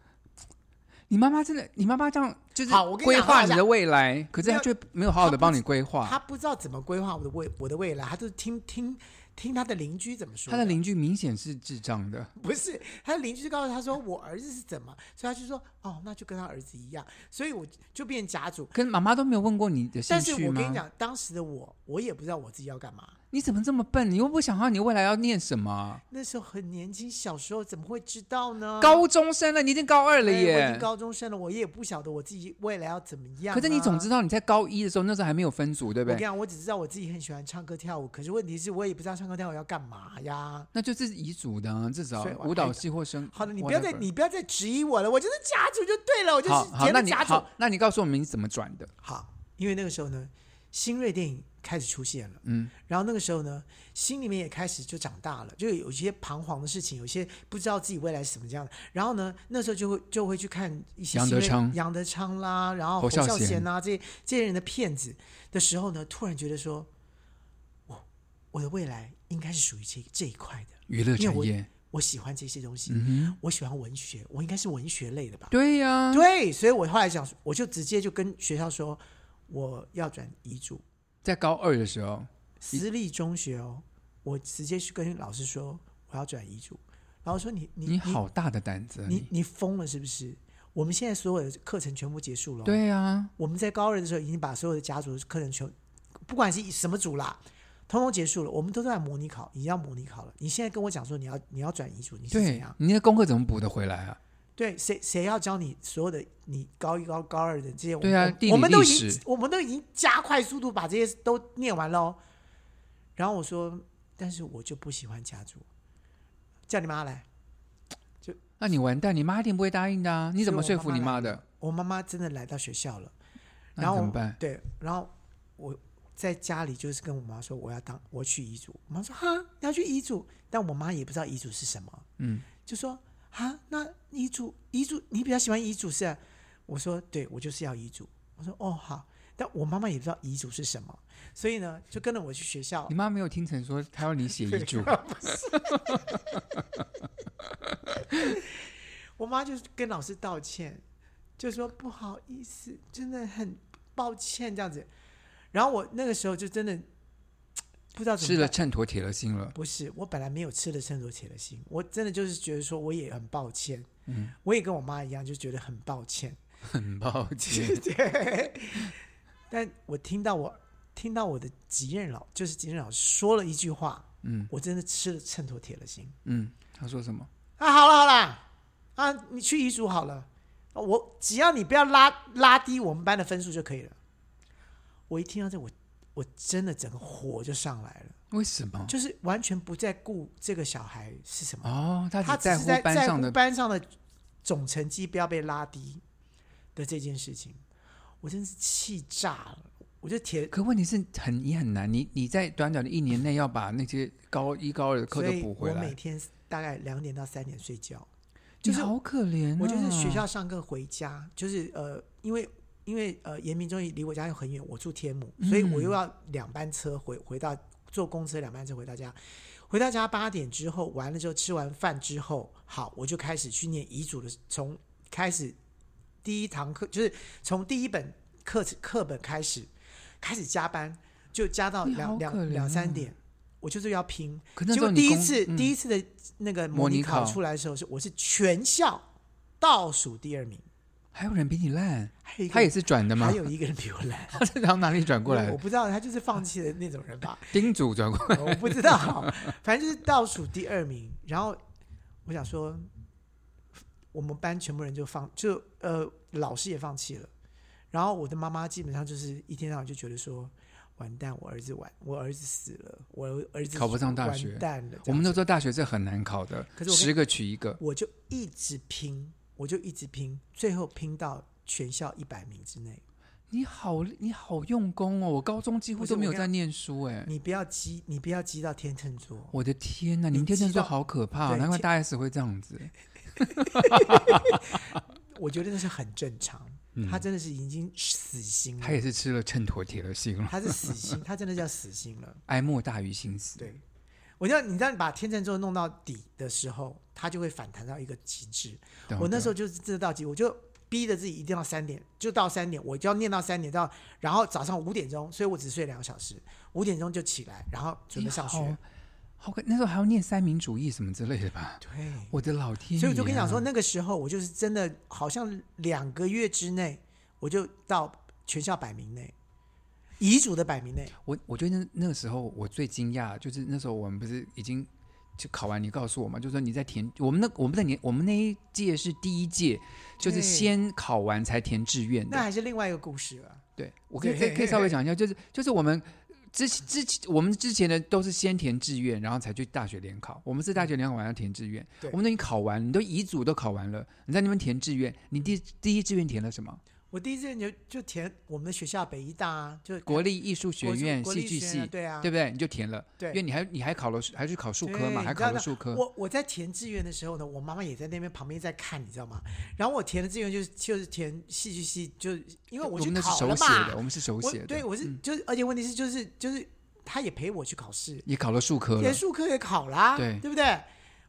你妈妈真的，你妈妈这样就是好我跟你规讲划我你想的未来，可是没他有却没有好好的帮你规划。他不知道怎么规划我的未我的未来，他就是听听听他的邻居怎么说。他的邻居明显是智障的， 不是他的邻居就告诉他说我儿子是怎么，所以他就说哦，那就跟他儿子一样，所以我就变家主。可是妈妈都没有问过你的兴但是趣我吗？跟你讲，当时的我，我也不知道我自己要干嘛。你怎么这么笨？你又不想到你未来要念什么啊？那时候很年轻，小时候怎么会知道呢？高中生了，你已经高二哎了嗯我已耶经。高中生了，我也不晓得我自己未来要怎么样啊、可是你总知道你在高一的时候，那时候还没有分组，对我不跟你对？讲，我只知道我自己很喜欢唱歌跳舞，可是问题是我也不知道唱歌跳舞要干嘛呀。那就是遗嘱的、啊，至少所以我舞蹈系或生。好的，你不要再 whatever 你不要再质疑我了，我就是家主就对了，我就好是好，杰那的你家主。好，那你告诉我们你怎么转的？好，因为那个时候呢，新锐电影开始出现了，嗯，然后那个时候呢，心里面也开始就长大了，就有一些彷徨的事情，有一些不知道自己未来是什么样的。然后呢，那时候就会就会去看一些杨新德锐昌杨德昌啦，然后侯侯孝孝贤贤啊，这些这些人的片子的时候呢，突然觉得说，哦我我的未来应该是属于这这一块的，娱乐因为产我业，我喜欢这些东西，嗯我喜欢文学，我应该是文学类的吧哼，？对呀、对，所以我后来想，我就直接就跟学校说，我要转遗嘱，在高二的时候，私立中学哦，我直接去跟老师说我要转遗嘱，然后说你你你，好大的胆子啊，你你疯了是不是？我们现在所有的课程全部结束了、，哦对啊呀、我们在高二的时候已经把所有的家族课程全，不管是什么组啦。通通结束了，我们都在模拟考，已经要模拟考了。你现在跟我讲说你要你要转遗嘱，你是怎对样，？你的功课怎么补得回来啊？对，谁谁要教你所有的你高一高高二的这些？对啊我们我地理们都已历经史我们都已经加快速度把这些都念完喽。然后我说，但是我就不喜欢家族，叫你妈来。那你完蛋，你妈一定不会答应的啊！你怎么所说以我服妈你妈妈的？我妈妈真的来到学校了，那然后怎么我办对，然后我在家里就是跟我妈说我要当我要去遗嘱，我妈说哈你要去遗嘱，但我妈也不知道遗嘱是什么，嗯，就说啊那遗嘱遗嘱你比较喜欢遗嘱是啊、我说对我就是要遗嘱，我说哦好，但我妈妈也不知道遗嘱是什么，所以呢就跟着我去学校你，妈没有听成说她要你写遗 嘱，我妈就是跟老师道歉，就说不好意思，真的很抱歉这样子。然后我那个时候就真的不知道怎吃么了办。秤砣铁了心了。不是，我本来没有吃了秤砣铁了心，我真的就是觉得说我也很抱歉，嗯，我也跟我妈一样，就觉得很抱歉。很抱歉，对， 但我听到我听到我的级任老，就是级任老师说了一句话，嗯我真的吃了秤砣铁了心。嗯，她说什么？啊，好了好了，啊，你去遗嘱好了，我只要你不要拉拉低我们班的分数就可以了。我一听到这，我我真的整个火就上来了，为什么？就是完全不再顾这个小孩是什么，哦，她他只只在是乎在班在上乎的，班上的总成绩不要被拉低的这件事情，我真是气炸了，我就铁可问题是很也很难，你你在短短的一年内要把那些高一高二的课所都以补我回每来，天大概两点到三点睡觉。你就是好可怜、啊。我就是学校上课回家，就是呃，因为因为呃，延平中心离我家又很远，我住天母，所以我嗯又要两班车回回到坐公车两班车回到家，回到家八点之后完了之后吃完饭之后，好，我就开始去念遗嘱的，从开始第一堂课就是从第一本课课本开始开始加班，就加到你好两可两怜两三啊点。我就是要拼，可那结时候果你第一公次、嗯第一次的那个模模拟拟考考出来的时候，是我是全校倒数第二名，还有人比你烂，还有一个他也是转的吗，还？有一个人比我烂 他是从哪里转过来我的不？知道他就是放弃的那种人 吧，丁祖转过来，我不知道，反正就是倒数第二名。然后我想说，我们班全部人就放，就呃老师也放弃了，然后我的妈妈基本上就是一天到晚就觉得说。完蛋！我儿子完，我儿子死了，我儿子考不上大学完蛋了。我们都知道大学是很难考的可，是我跟十个取一个。我就一直拼，我就一直拼，最后拼到全校一百名之内。你好，你好用功哦！我高中几乎不是都没有我跟在念书哎。你不要激，你不要激到天秤座。我的天呐，你们你天秤知座道好可怕哦、对难怪天大 S 会这样子。我觉得那是很正常。他真的是已经死心嗯他也了，是吃了秤砣铁了心了，他是死心，他真的叫死心了。哀莫大于心死。对，我要你知道，你把天秤座弄到底的时候，他就会反弹到一个极致。懂，我那时候候就是真的到极，我就逼着自己一定要三点，就到三点，我就要念到三点到，然后早上五点钟，所以我只睡两个小时，五点钟就起来，然后准备上学。哎好，那时候还要念三民主义什么之类的吧？对，我的老天、啊！所以我就跟你讲说，那个时候我就是真的，好像两个月之内，我就到全校百名内，遗嘱的百名内。我我觉得那个时候我最惊讶，就是那时候我们不是已经就考完，你告诉我嘛，就说你在填我们那我们的年我们那一届是第一届，就是对先考完才填志愿那的。还是另外一个故事了。对，我可以可以可以稍微讲一下，就是就是我们。之前之前，我们之前的都是先填志愿，然后才去大学联考。我们是大学联考完要填志愿，嗯对我们都已经考完，你都遗嘱都考完了，你在那边填志愿，你第第一志愿填了什么？我第一次就就填我们的学校北医大啊，就国立艺术学院国立戏剧学系，院对啊不对？你就填了，对因为你还你还考了，还去考数科对嘛，你还知考道了的数科。我我在填志愿的时候呢，我妈妈也在那边旁边在看，你知道吗？然后我填的志愿就是就是填戏剧系，就是因为我去们那是考手了写嘛的，我。们是手我写的，嗯对，我是就是，而且问题是就是就是，他也陪我去考试，也考了数科了连。数科也考啦，对嗯不对？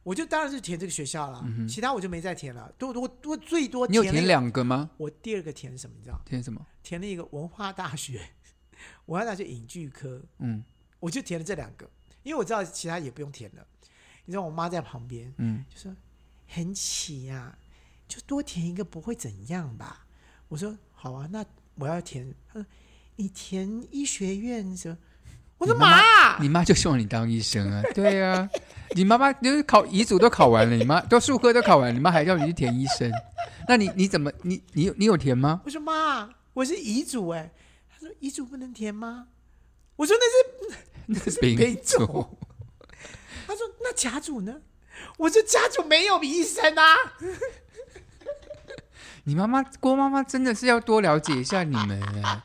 我就当然是填这个学校了，其他我就没再填了。多多多最多你有了一填个？两个吗？我第二个填什么？你知道？填什么？填了一个文化大学， 文化大学影剧科，嗯，我就填了这两个，因为我知道其他也不用填了。你知道我妈在旁边，嗯，就说很奇呀、就多填一个不会怎样吧？我说好啊，那我要填。她说你填医学院什么？我说你妈妈妈，你妈就希望你当医生啊？对啊，你妈妈就是考遗嘱都考完了，你妈都数科都考完了，你妈还要你去填医生？那你你怎么你你有你有填吗？我说妈，我是遗嘱哎、她说遗嘱不能填吗？我说那是那是丙丙种种。他说：“那甲组呢？”我说：“甲组没有医生啊。你妈妈郭妈妈真的是要多了解一下你们哎。”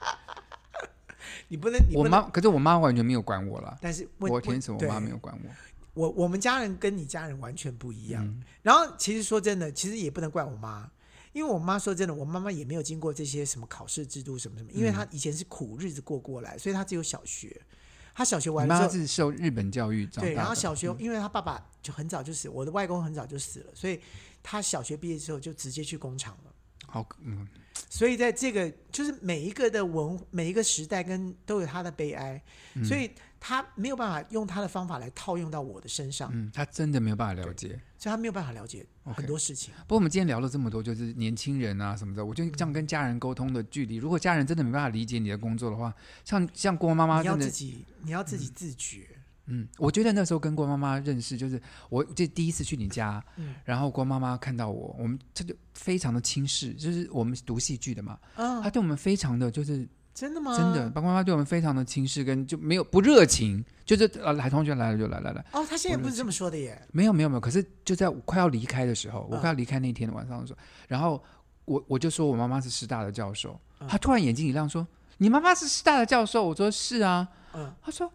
你不能，啊你我不能妈可是我妈完全没有管我了。但是问我填什么，我对妈没有管我。我我们家人跟你家人完全不一样。嗯然后其实说真的，其实也不能怪我妈，因为我妈说真的，我妈妈也没有经过这些什么考试制度什么什么，因为嗯她以前是苦日子过过来，所以她只有小学。她小学你完了之妈后，是受日本教育长大对，的。嗯然后小学，因为他爸爸就很早就死，我的外公很早就死了，所以他小学毕业之后就直接去工厂了。好，嗯，所以在这个就是每一个的文每一个时代跟都有他的悲哀，嗯所以他没有办法用他的方法来套用到我的身上，嗯，她真的没有办法了解。所以他没有办法了解很多事情。不过我们今天聊了这么多，就是年轻人啊什么的，我觉得这样跟家人沟通的距离，如果家人真的没办法理解你的工作的话，像像郭妈妈你要真自的，己，你要自己自觉。嗯，我觉得那时候跟郭妈妈认识，就是我这第一次去你家，嗯然后郭妈妈看到我，我们这就非常的轻视，就是我们读戏剧的嘛，啊，她对我们非常的就是真的吗？真的，爸爸妈妈对我们非常的轻视，跟就没有不热情，就是呃，来同学来了就来来来，哦，他现在不是这么说的耶。没有没有没有。可是就在我快要离开的时嗯候，我快要离开那天的晚上的时候，然后我我就说我妈妈是师大的教授，嗯她突然眼睛一亮说：“你妈妈是师大的教授？”我说：“是啊。”嗯，她说。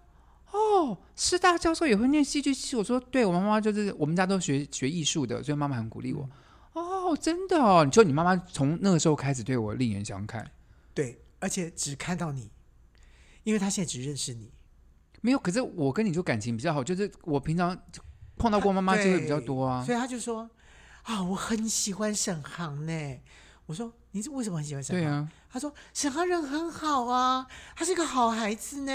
哦，师大教授也会念戏剧系。我说，对我妈妈就是我们家都学学艺术的，所以妈妈很鼓励我。嗯哦，真的哦，你说你妈妈从那个时候开始对我另眼相看，对，而且只看到你，因为他现在只认识你。没有，可是我跟你就感情比较好，就是我平常碰到过妈妈机会比较多啊对。所以他就说啊，我很喜欢沈航呢。我说你是为什么很喜欢沈对航？啊，他说沈航人很好啊，他是个好孩子呢。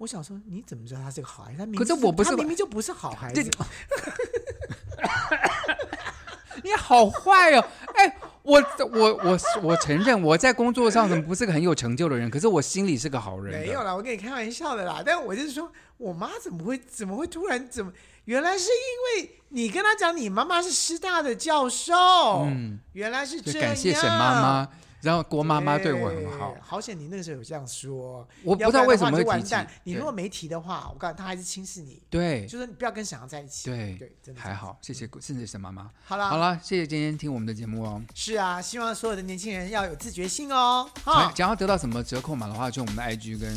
我想说，你怎么知道他是个好孩子？他明明可是我不是他明明就不是好孩 这子。你好坏哦！哎，我我我我承认我在工作上怎么不是个很有成就的人，可是我心里是个好人。没有，啦，我跟你开玩笑的啦。但我就是说，我妈怎么会怎么会突然怎么？原来是因为你跟她讲，你妈妈是师大的教授，嗯，原来是这就样。感谢沈妈，妈，然后郭妈妈对我很好。哎好险你那个时候有这样说，我不要知道然为的什话么就会完提蛋起。你对如果没提的话，我告诉你，她还是轻视你，对就说你不要跟沈阳在一起。对对，真的是嗯还好，谢谢谢谢沈妈妈。好啦好了，谢谢今天听我们的节目哦。是啊，希望所有的年轻人要有自觉性哦。哈想想要得到什么折扣码的话，就我们的 IG 跟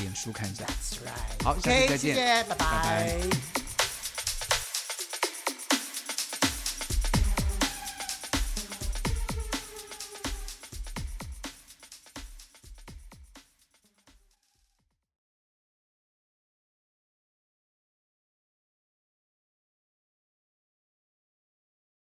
脸书看一下。 ，That's right 好下次 OK，再谢见谢，拜拜拜